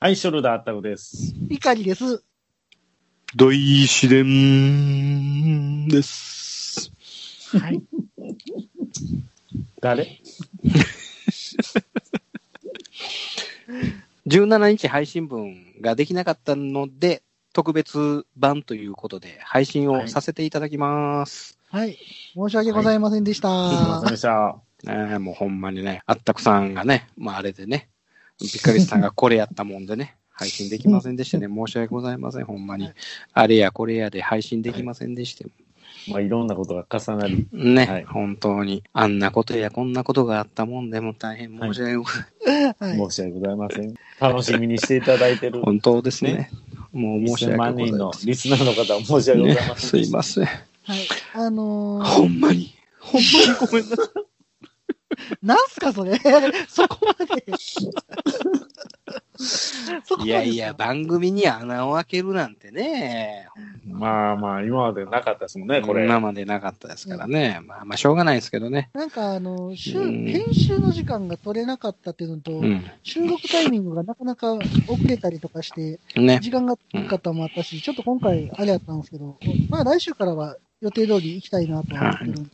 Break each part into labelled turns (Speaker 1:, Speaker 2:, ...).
Speaker 1: はい、ショルダーあったこです。
Speaker 2: いかりです。
Speaker 3: 大自然です。
Speaker 2: はい。
Speaker 1: 誰
Speaker 4: 17日配信分ができなかったので、特別版ということで配信をさせていただきます。
Speaker 2: はい。申し訳ございませんでした。
Speaker 1: すいませんでした。
Speaker 4: ねえもうほんまにね、あったくさんがね、まああれでね、びっかりさんがこれやったもんでね、配信できませんでしたね。申し訳ございません、ほんまに。あれやこれやで配信できませんでして。
Speaker 1: まあ、いろんなことが重なり、
Speaker 4: ね、
Speaker 1: はい
Speaker 4: 本当に。あんなことやこんなことがあったもんでも大変申し訳ございません。
Speaker 2: はい。
Speaker 1: 申し訳ございません。楽しみにしていただいてる
Speaker 4: 本当ですね。
Speaker 1: ね
Speaker 4: も う申し
Speaker 1: 1000
Speaker 4: 訳
Speaker 1: 万
Speaker 4: ござい
Speaker 1: 人の
Speaker 4: ません。
Speaker 1: リスナーの方は申し訳ござい
Speaker 4: ね
Speaker 1: ま、せ
Speaker 4: す
Speaker 1: ん。
Speaker 4: いません。
Speaker 2: はい。あのー、
Speaker 4: ほんまに、ほんまにごめんなさい。
Speaker 2: なんすかそれ そこ まで。そこまで。
Speaker 4: いやいや、。番組に穴を開けるなんてね、
Speaker 1: まあまあ、今までなかったですもんね、これ。
Speaker 4: 今までなかったですからね。まあまあ、しょうがないですけどね。
Speaker 2: なんかあの、週、
Speaker 4: うん
Speaker 2: 編集の時間が取れなかったっていうのと、
Speaker 4: うん。
Speaker 2: 収録タイミングがなかなか遅れたりとかして、
Speaker 4: ね。
Speaker 2: 時間がかかったのもあったし、ちょっと今回あれやったんですけど、まあ来週からは予定通り行きたいなと思ってるんで、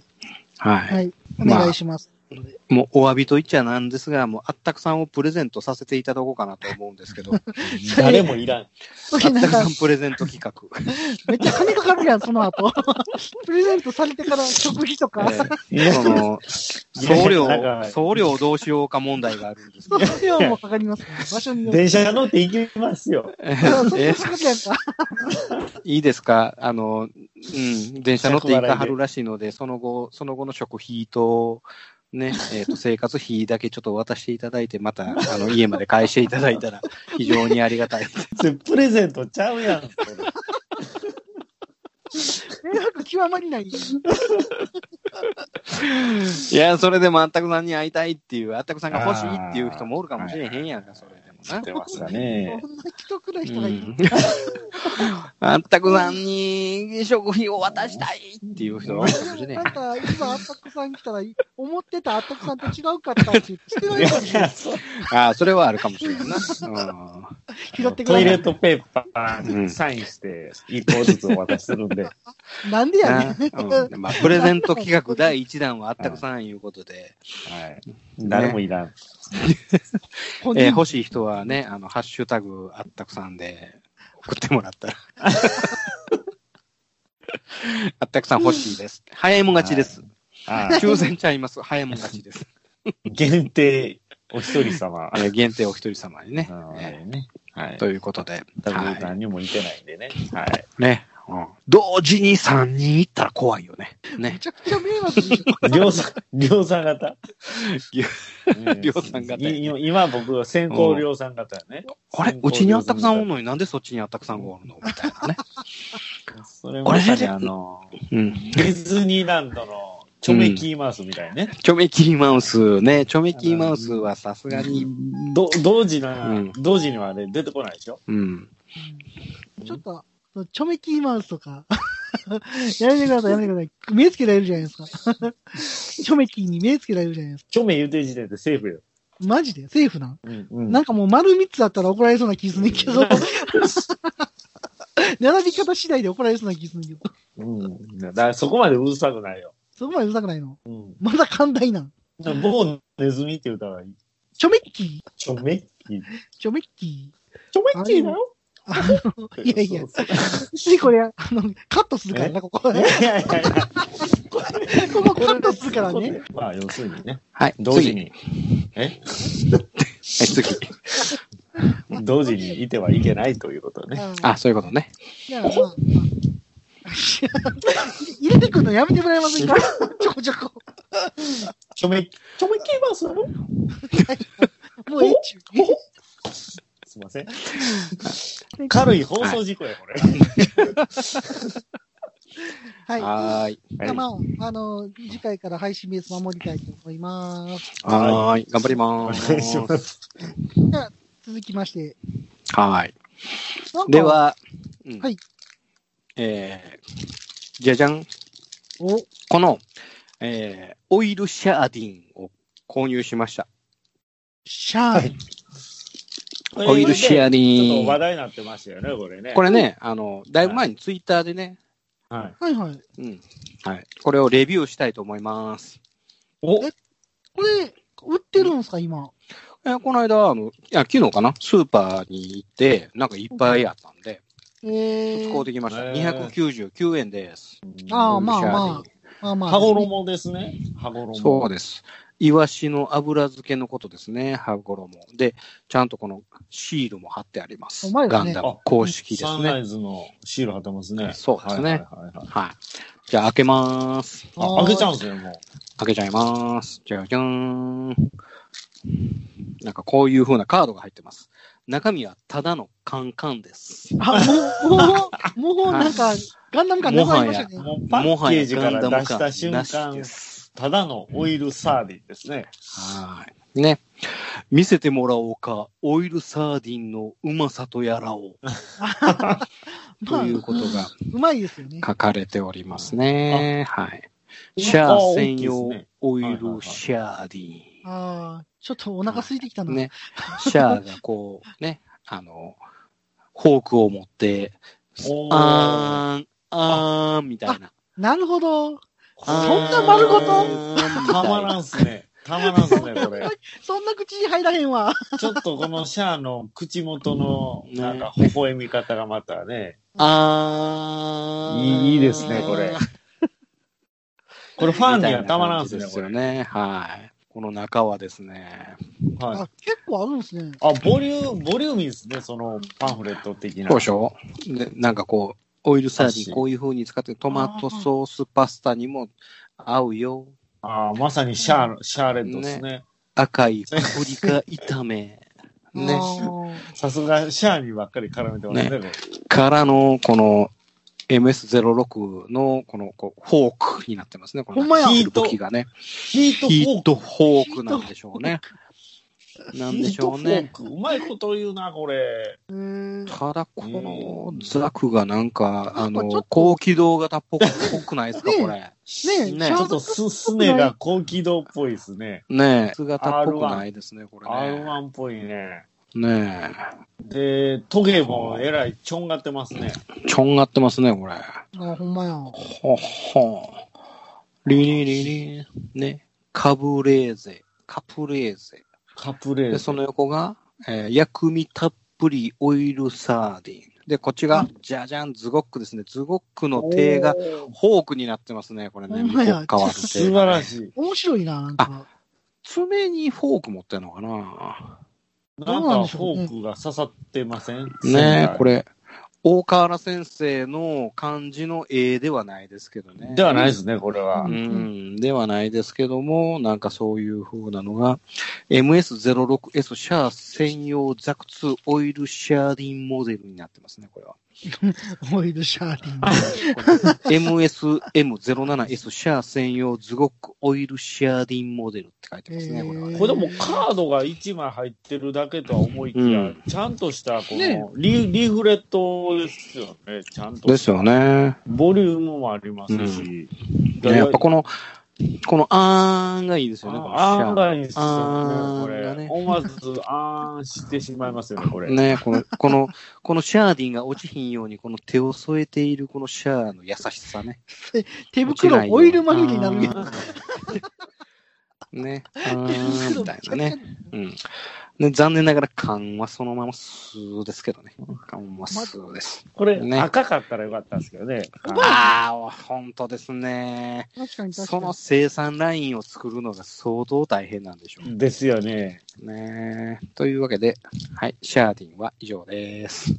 Speaker 4: は
Speaker 2: はい。お
Speaker 4: まあ
Speaker 2: 願いします。
Speaker 4: い。もう、お詫びと言っちゃなんですが、もう、あったくさんをプレゼントさせていただこうかなと思うんです けど、あっ
Speaker 1: 誰もいらん。
Speaker 2: 時
Speaker 4: た
Speaker 2: なん
Speaker 4: く
Speaker 2: か
Speaker 4: さ、んプレゼント企画。
Speaker 2: めっちゃ金かかるやん、その後。 プレゼントされてから食費とか。
Speaker 4: ええそ の、送料
Speaker 1: なんか、
Speaker 4: 送料どうしようか問題があるんですけ
Speaker 2: 送
Speaker 4: ど。
Speaker 2: 料もかかりますね。 場所によって。
Speaker 1: 電車乗って行きますよ。
Speaker 4: え
Speaker 2: そうそん
Speaker 4: え
Speaker 2: なかかるやんか。
Speaker 4: いいですかあの、うん、電車乗って行かはるらしいので、その後、その後の食費と、ね、え っ、と、生活費だけちょっと渡していただいて、また、あの、家まで返していただいたら、非常にありがたい。
Speaker 1: それプレゼントちゃうやん。それ
Speaker 2: 迷惑極まりない。
Speaker 4: いや、それでもあったくさんに会いたいっていう、あったくさんが欲しいっていう人もおるかもしれへんやんか、それでもな。
Speaker 1: 出ますか
Speaker 2: そ
Speaker 1: ね。
Speaker 2: んな既得な人
Speaker 4: う
Speaker 2: がいる。
Speaker 4: んあったくさんに食費を渡したいっていう人がおるかもしれ
Speaker 2: な
Speaker 4: へん や
Speaker 2: ん
Speaker 4: ん。
Speaker 2: か、今、あったくさん来たら、思ってたあったくさんと違うかったって言って、してない
Speaker 1: い
Speaker 2: か
Speaker 1: や
Speaker 2: もし
Speaker 1: い
Speaker 2: れない
Speaker 1: やそう
Speaker 4: ああ、それはあるかもしれんな。うん
Speaker 2: 拾ってく
Speaker 1: ト
Speaker 2: だ
Speaker 1: イ
Speaker 2: さ
Speaker 1: レッ
Speaker 2: い。
Speaker 1: トペーパーにサインして、一個ずつお渡しするんで。
Speaker 2: なんでやねん。
Speaker 4: なうんまあ、プレゼント企画第1弾はあったくさんいうことで、
Speaker 1: はい。誰もいらん。
Speaker 2: 個
Speaker 4: えー
Speaker 2: 人
Speaker 4: 欲しい人はね、あの、ハッシュタグあったくさんで送ってもらったら。 あったくさん欲しいです。早いもん勝ちです。
Speaker 1: はい
Speaker 4: 抽選ちゃいます。早いもん勝ちです。
Speaker 1: 限定、お一人様。
Speaker 4: えー限定お一人様に ね。え
Speaker 1: ね。はい
Speaker 4: ー。ということで。
Speaker 1: 多分
Speaker 4: は
Speaker 1: 何にも似てないんでね。はい。
Speaker 4: い、ね、うん同時に3人行ったら怖いよね。ね
Speaker 2: め。ちゃくちゃ迷惑でしょ。
Speaker 1: 量産、量産型。
Speaker 4: りょ
Speaker 1: うん
Speaker 4: 量産型
Speaker 1: い今僕、先行量産型やね。
Speaker 4: あれうちにあったくさんおるのになんでそっちにあったくさんがおるのみたいな ね。
Speaker 1: それまさにあの、
Speaker 4: うん。
Speaker 1: ディズニーランドのチョメキーマウスみたいね。
Speaker 4: チョメキーマウスね、チョメキーマウスはさすがに、
Speaker 1: ど同時な、
Speaker 4: うん
Speaker 1: 同時にはね、出てこないでしょ
Speaker 4: うん。
Speaker 2: ちょっと、ちょめきマウスとか。 やめてください、やめてください。目つけられるじゃないですか。 ちょめきに目つけられるじゃないですか。
Speaker 1: チョメ言うてる時点でセーフよ。
Speaker 2: マジでセーフなん
Speaker 1: うんうん
Speaker 2: なんかもう丸3つあったら怒られそうな気すんねんけど。並び方次第で怒られそうな気すんねんけど。
Speaker 1: うんだからそこまでうるさくないよ。
Speaker 2: そこまでうるさくないの
Speaker 1: うん。
Speaker 2: まだ寛大なん。
Speaker 1: 某ネズミって言うたらいい。
Speaker 2: ちょめっきー
Speaker 1: チョメッキー。
Speaker 2: ちょめっきー
Speaker 1: チョメッキーだよ
Speaker 2: あ の、いやいや、次これ、あの、カットするからな、ここ。こ
Speaker 1: いやいやいや。
Speaker 2: こもカットするからね。
Speaker 1: まあ、要するにね。
Speaker 4: はい。
Speaker 1: 同時に。え
Speaker 4: 次。はい次。
Speaker 1: 同時にいてはいけないということね。
Speaker 2: あ
Speaker 4: あ、そういうことね。
Speaker 2: じゃあ、まあ、まあ入れてくるのやめてもらえませんかちょこちょこ。
Speaker 1: ちょめ、ちょめきます
Speaker 2: もうええっちゅう。
Speaker 1: すいません。 軽い放送事故や、これ。は
Speaker 2: はい。
Speaker 4: はーい。
Speaker 2: じゃ
Speaker 1: い
Speaker 2: あまあ、あの、次回から配信ベース守りたいと思います。
Speaker 4: はーい。頑張りま
Speaker 1: お
Speaker 4: ーす。
Speaker 1: 願いします。
Speaker 2: 続きまして。
Speaker 4: はーい。
Speaker 2: なんか
Speaker 4: で、は、うん
Speaker 2: はい。
Speaker 4: えー、じゃじゃん。
Speaker 2: お、
Speaker 4: この、えー、オイルシャーディンを購入しました。
Speaker 2: シャーディン。
Speaker 4: オイルシ
Speaker 1: ち
Speaker 4: ェア
Speaker 1: ょっ
Speaker 4: リン
Speaker 1: と話題になってましたよね、これね。
Speaker 4: これね、あの、だいぶ前にツイッターでね、
Speaker 1: はい。
Speaker 2: はいはい。
Speaker 4: うん。はい。これをレビューしたいと思います。
Speaker 1: お
Speaker 2: えこれ、売ってるんですか、今。
Speaker 4: えこの間、あの、いや、昨日かなスーパーに行って、なんかいっぱいあったんで、
Speaker 2: えー、
Speaker 4: 使うてきました。
Speaker 1: えー
Speaker 4: 299円です。
Speaker 2: ああ、
Speaker 4: うん
Speaker 2: まあ
Speaker 4: シャー
Speaker 2: ま
Speaker 4: リ
Speaker 2: あ。まあまあ。
Speaker 1: 羽衣ですね。羽衣。
Speaker 4: ーそうです。イワシの油漬けのことですね、羽衣。で、ちゃんとこのシールも貼ってあります。
Speaker 2: うまい
Speaker 4: ガ
Speaker 2: よ
Speaker 4: ン
Speaker 2: ね
Speaker 4: ダム公式で
Speaker 1: サ
Speaker 4: す
Speaker 1: ンラ
Speaker 4: ね。
Speaker 1: イズのシール貼ってますね。
Speaker 4: そうですね
Speaker 1: はいはいはいはい
Speaker 4: はい。じゃあ、開けまーす。
Speaker 1: あ、開けちゃうんですね、もう。
Speaker 4: 開けちゃいまーす。じゃじゃーん。なんかこういう風なカードが入ってます。中身はただのカンカンです。
Speaker 2: あ、もう、もう、もうなんか、ガンダム感なくなりましたね。
Speaker 1: もうパ
Speaker 4: も
Speaker 1: ッ
Speaker 4: は
Speaker 1: ケー
Speaker 4: や
Speaker 1: ジ
Speaker 4: ガ
Speaker 1: か
Speaker 4: ン
Speaker 1: ら
Speaker 4: ダム
Speaker 1: 出し
Speaker 4: 感
Speaker 1: た瞬
Speaker 4: なし
Speaker 1: 間
Speaker 4: で、す。
Speaker 1: ただのオイルサーディンですね。
Speaker 4: はい。ね。見せてもらおうか、オイルサーディンのうまさとやらを、
Speaker 2: ま
Speaker 4: と
Speaker 2: あ、
Speaker 4: いう
Speaker 2: う
Speaker 4: ことが
Speaker 2: まいですよね。
Speaker 4: 書かれておりますね。はい。シャア専用オイルシャーディン。
Speaker 2: ああ、ちょっとお腹空いてきたな。
Speaker 4: ね、シャアがこう、ね、あの、フォークを持って、
Speaker 1: おー
Speaker 4: あーん、あーん、みたいな。
Speaker 2: なるほど。そ
Speaker 4: あー
Speaker 2: んな丸ご
Speaker 1: あ
Speaker 2: と
Speaker 1: ーたまらんっすね。たまらんっすね、これ。
Speaker 2: そんな口に入らへんわ。
Speaker 1: ちょっとこのシャアの口元の、
Speaker 4: ね
Speaker 1: なんか、微笑み方がまたね。
Speaker 4: あーん。
Speaker 1: いいいいですねこれこれファンにはたまらんっすね、
Speaker 4: み
Speaker 1: こ
Speaker 4: たいな感じですよ
Speaker 1: れ。
Speaker 4: ね。はい。この中はですね、
Speaker 1: はい。
Speaker 2: あ結構あるんですね。
Speaker 1: あ、ボリューム、ボリューミーですね、そのパンフレット的な。
Speaker 4: どうでしょうでなんかこう、オイルサーデ
Speaker 1: 確か
Speaker 4: ィン
Speaker 1: に
Speaker 4: こういう風に使ってトマトソースパスタにも合うよ。
Speaker 1: あーまさにシャアの、シャアレッドですね。
Speaker 4: 赤いパプリカ炒め。ね。
Speaker 2: ね。
Speaker 1: さすがシャアにばっかり絡めてますね、これ。
Speaker 4: からの、この、MS06 の、この、こう、フォークになってますね。この
Speaker 2: ほんまや
Speaker 4: ヒート武器がね。
Speaker 1: ヒートフ
Speaker 4: ヒ
Speaker 1: ォ
Speaker 4: ー
Speaker 1: ーク。
Speaker 4: トフォークなんでしょうね。なんでしょう
Speaker 1: ヒー
Speaker 4: ね。
Speaker 1: トフォーク。うまいこと言うな、これ。
Speaker 2: えー、
Speaker 4: ただ、このザクがなんか、
Speaker 2: な
Speaker 4: あ
Speaker 2: んかちょっ
Speaker 4: の
Speaker 2: と、
Speaker 4: 高機動型っぽくぽくないですか、
Speaker 2: ね
Speaker 4: これ。
Speaker 2: ねえ、
Speaker 4: ね
Speaker 2: シ
Speaker 1: ち
Speaker 2: ャ
Speaker 1: ょ
Speaker 2: ー
Speaker 1: っと
Speaker 2: ズ
Speaker 1: す、すねが高機動っぽいですね。
Speaker 4: ねえ。姿っぽくないですね、これね。
Speaker 1: R1 っぽいね。
Speaker 4: ね
Speaker 1: で、トゲもえらいちょんがってますね。
Speaker 4: え。ちょんがってますね、これ。
Speaker 2: あ、ほんまや。
Speaker 4: ほっほん。リリリリね。カブレーゼ。カプレーゼ。
Speaker 1: カプレー
Speaker 4: で、
Speaker 1: ゼ。
Speaker 4: その横が、えー薬味たっぷりオイルサーディン。で、こっちが、じゃじゃん、ズゴックですね。ズゴックの手が、
Speaker 1: おー
Speaker 4: フォークになってますね、これね。
Speaker 2: ほんまや
Speaker 4: 向こう側の手が
Speaker 1: 素晴らしい。
Speaker 2: 面白いな、なんか。
Speaker 4: 爪にフォーク持ってんのかな
Speaker 1: な
Speaker 2: ど
Speaker 1: ん
Speaker 2: うな
Speaker 1: か
Speaker 2: んでし
Speaker 1: フ
Speaker 2: ょうね
Speaker 1: ォークが刺さってません
Speaker 4: ねえ、こ
Speaker 1: れ。
Speaker 4: れ、大河原先生の漢字の絵ではないですけどね。
Speaker 1: ではないですね、これは
Speaker 4: う。ん、ではないですけども、なんかそういう風なのが、MS06S シャア専用ザク2オイルシャーディンモデルになってますね、これは。
Speaker 2: オイルシャーリン。
Speaker 4: MSM07S シャア専用ズゴックオイルシャーディンモデルって書いてますね、
Speaker 2: えー
Speaker 4: これはね
Speaker 1: これでもカードが1枚入ってるだけとは思いきや、
Speaker 4: うん
Speaker 1: ちゃんとしたこ
Speaker 2: ね
Speaker 1: のリ,、リーフレットですよね、ちゃんと。
Speaker 4: ですよね。
Speaker 1: ボリュームもありますし。
Speaker 4: ねやっぱこの、このあーんがいいですよね、このシ
Speaker 1: あーあん
Speaker 4: ャ
Speaker 1: がいいです
Speaker 4: あー
Speaker 1: よね、これ
Speaker 4: がね。
Speaker 1: 思わずあーんしてしまいますよね、こ
Speaker 4: ア。
Speaker 1: れ。
Speaker 4: ねこの、この、このシャーディンが落ちひんように、この手を添えているこのシャアの優しさね。
Speaker 2: 手袋、オイルまみれになるやん。
Speaker 4: ね。あ
Speaker 2: 手
Speaker 4: ー
Speaker 2: 袋
Speaker 4: みたいなね。。うん。ね、残念ながら缶はそのままスーですけどね。缶はスーです。
Speaker 1: これ、
Speaker 4: ね
Speaker 1: 赤かったらよかったんですけどね。
Speaker 4: ああ、本当ですね。
Speaker 2: 確かに確か
Speaker 4: そ
Speaker 2: に。
Speaker 4: の生産ラインを作るのが相当大変なんでしょ
Speaker 1: ですよね。
Speaker 4: うね。というわけで、はい、シャーディンは以上 です。はい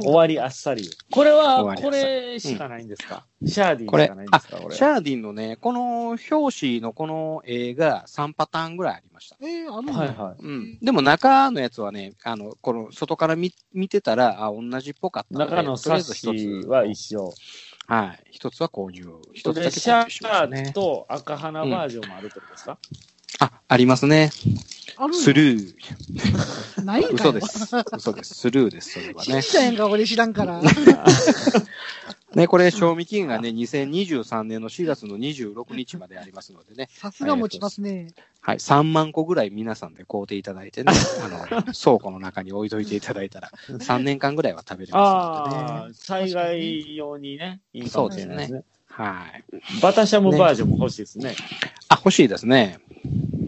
Speaker 1: 終わりあっさり。これ
Speaker 4: 終わ
Speaker 1: は、
Speaker 4: りあ
Speaker 1: こ
Speaker 4: っさり
Speaker 1: れしかないんですか、シャーディン
Speaker 4: これ
Speaker 1: しかないんですかこれ
Speaker 4: シャーディンのね、この表紙のこの絵が3パターンぐらいありました。
Speaker 2: えー、あるんだ。
Speaker 1: はいは
Speaker 4: うん、でも中のやつはね、あの、この外から見見てたら、あ、同じっぽかった
Speaker 1: い。
Speaker 4: ので。
Speaker 1: 中の
Speaker 4: と
Speaker 1: サ
Speaker 4: りあえず一
Speaker 1: ッシ
Speaker 4: つ
Speaker 1: は一緒。
Speaker 4: はい。一つは購入。一つだけ
Speaker 1: でシャ
Speaker 4: 購入しました
Speaker 1: ー
Speaker 4: ね。
Speaker 1: と赤花バージョンもあるってことですか、
Speaker 4: あ、ありますね。
Speaker 2: あるんだ
Speaker 4: スルー。
Speaker 2: ないんかよ
Speaker 4: 嘘で。す。嘘です。スルーです。それは
Speaker 2: 信
Speaker 4: ね。
Speaker 2: じたやんか、俺知らんから。
Speaker 4: ね、これ、賞味期限がね、2023年の4月の26日までありますのでね、
Speaker 2: さすが持ちますね。
Speaker 4: はい、3万個ぐらい皆さんで買うていただいてね、あの、倉庫の中に置いといていただいたら、3年間ぐらいは食べれますのでね。
Speaker 1: ああ、災害用にね、いいかもしれないですね。
Speaker 4: はい。
Speaker 1: バタシャムバージョンも欲しいですね。
Speaker 4: あ、欲しいですね。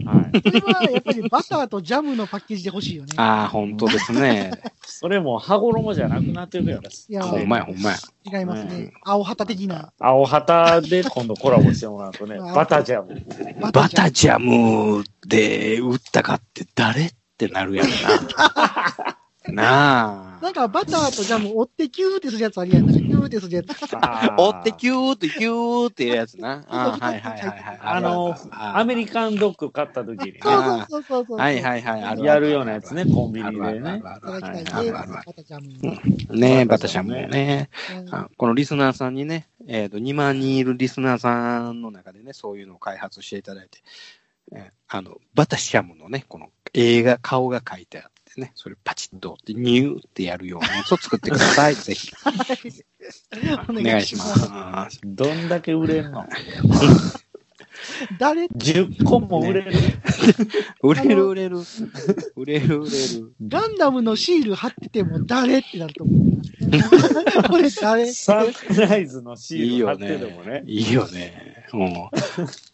Speaker 1: はい。
Speaker 2: これはやっぱりバターとジャムのパッケージで欲しいよね。
Speaker 4: ああ、本当ですね。
Speaker 1: それも歯衣じゃなくなってるからです。
Speaker 2: いや
Speaker 4: ほんまや、ほんまや。
Speaker 2: 違います
Speaker 1: う
Speaker 2: ね。青旗的な。
Speaker 1: 青旗で今度コラボしてもらうとね、バタジャム。
Speaker 2: バ
Speaker 4: バタ
Speaker 2: ー
Speaker 4: ジャムで打ったかって誰ってなるやんな。な
Speaker 2: な
Speaker 4: あ。
Speaker 2: んかバターとジャム追ってキューってするやつありやんな。キューってするやつ。
Speaker 1: あー
Speaker 4: 追 ってキューってキューってやつな。あーはいはいはいはい。
Speaker 1: あの、ア
Speaker 4: ア
Speaker 1: メリカンドッグ買った時にね、
Speaker 2: そうそうそうそう。
Speaker 4: はいはいはい。あ
Speaker 1: やるようなやつね、コンビ
Speaker 4: あ
Speaker 1: ニ
Speaker 4: るあ
Speaker 1: で
Speaker 4: るあ
Speaker 1: ね
Speaker 4: る。あ
Speaker 2: いただ
Speaker 4: る。
Speaker 2: きたい
Speaker 4: あ
Speaker 2: ね。
Speaker 4: るあるあ
Speaker 2: バタージャム。
Speaker 4: る。ねえ、バタシャムね。
Speaker 2: うん
Speaker 4: あこのリスナーさんにね、えっ、と、2万人いるリスナーさんの中でね、そういうのを開発していただいて、えーあの、バタシャムのね、この映画、顔が書いてあってね、それパチッとって、ニューってやるようなやつを作ってください。ぜひ、 お願いしま。す。
Speaker 1: どんだけ売れんの
Speaker 2: 誰
Speaker 1: ?10 個も売れる。
Speaker 4: 売れる売れる。売れる売れる。
Speaker 2: ガンダムのシール貼ってても誰ってなると思うな。これ誰
Speaker 1: サプライズのシ
Speaker 4: いい
Speaker 1: ール貼
Speaker 4: よ
Speaker 1: ってでも
Speaker 4: ね
Speaker 1: ね。。
Speaker 4: いいよね。うん。うん、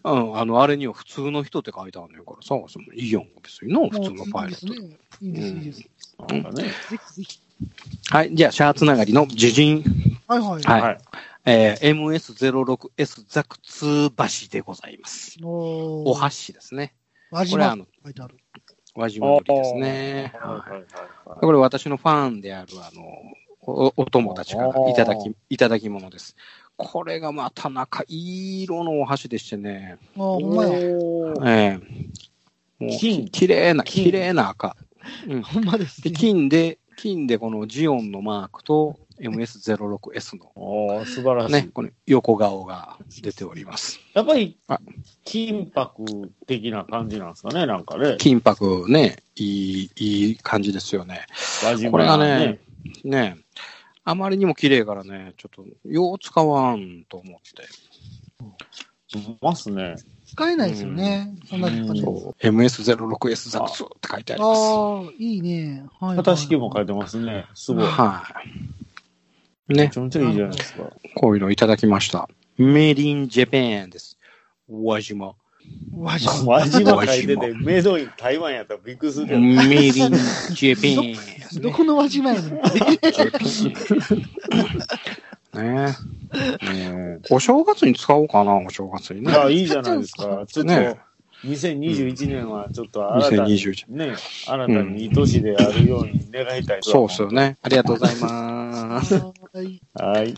Speaker 4: あの、あれには普通の人って書いてあるのよからさ、そのいいやん、別にの、普通のパイロット
Speaker 2: もう。いいですね。いいです、いいです。
Speaker 1: なんかね
Speaker 2: ぜひぜひ。
Speaker 4: はい、じゃあ、シャアつながりの自陣。
Speaker 2: はいはい。
Speaker 4: はい。
Speaker 1: はい
Speaker 4: えー MS06S ザクツー橋でございます。
Speaker 2: お
Speaker 4: お
Speaker 2: は、
Speaker 4: 箸ですね。
Speaker 2: 輪
Speaker 4: これ
Speaker 2: 島
Speaker 4: はあ
Speaker 2: って
Speaker 4: の、
Speaker 2: 書いてある。
Speaker 4: 輪島塗りですね。
Speaker 1: はい
Speaker 4: はい
Speaker 1: はいはい
Speaker 4: これ私のファンである、あの、おお友達からいただき
Speaker 1: お、
Speaker 4: いただき物です。これがまたなんかいい色のお箸でしてね。
Speaker 2: あ、ほんまや。
Speaker 1: おー
Speaker 4: ええもう、
Speaker 1: 金
Speaker 4: 綺麗な、
Speaker 1: 金
Speaker 4: 綺麗な赤。
Speaker 2: ほんまです
Speaker 4: で、
Speaker 2: ね。
Speaker 4: 金で、金でこのジオンのマークと MS06S の
Speaker 1: おー素晴らし
Speaker 4: ね
Speaker 1: い、。
Speaker 4: この横顔が出ております。
Speaker 1: やっぱり
Speaker 4: あ、
Speaker 1: 金箔的な感じなんですかね、なんかね。
Speaker 4: 金箔ね、いい、いい感じですよね。
Speaker 1: 輪島
Speaker 4: これがね、ねえ、あまりにも綺麗からね、ちょっと、よう使わんと思って。
Speaker 1: ねますね。
Speaker 2: 使えないですよね。そんなに使えない。
Speaker 4: そう MS06S ザクソって書いてあります。
Speaker 2: ああ、いいね。はい、はい。
Speaker 1: 型式も書
Speaker 2: え
Speaker 1: いてますね。すごい。
Speaker 4: はい。ね
Speaker 1: めち、ゃめちゃいいじゃないですか。
Speaker 4: こういうのいただきました。メイリンジャパンです。輪島。
Speaker 2: 輪島。
Speaker 1: 輪島書いてて、メイドイン台湾やったらびっくりするけど。
Speaker 4: メイリンジャパンです
Speaker 2: ど
Speaker 4: ね。
Speaker 2: この輪島やねん。
Speaker 4: ねねお正月に使おうかな、お正月にね。
Speaker 1: いや、いいじゃないですか。ちょっと、
Speaker 4: ね
Speaker 1: 2021年はちょっと新たに、
Speaker 4: 2021
Speaker 1: ね、新たにいい年であるように願いたいと
Speaker 4: そう
Speaker 1: 思
Speaker 4: ですよね。ありがとうございま す。
Speaker 2: はい。
Speaker 1: はい。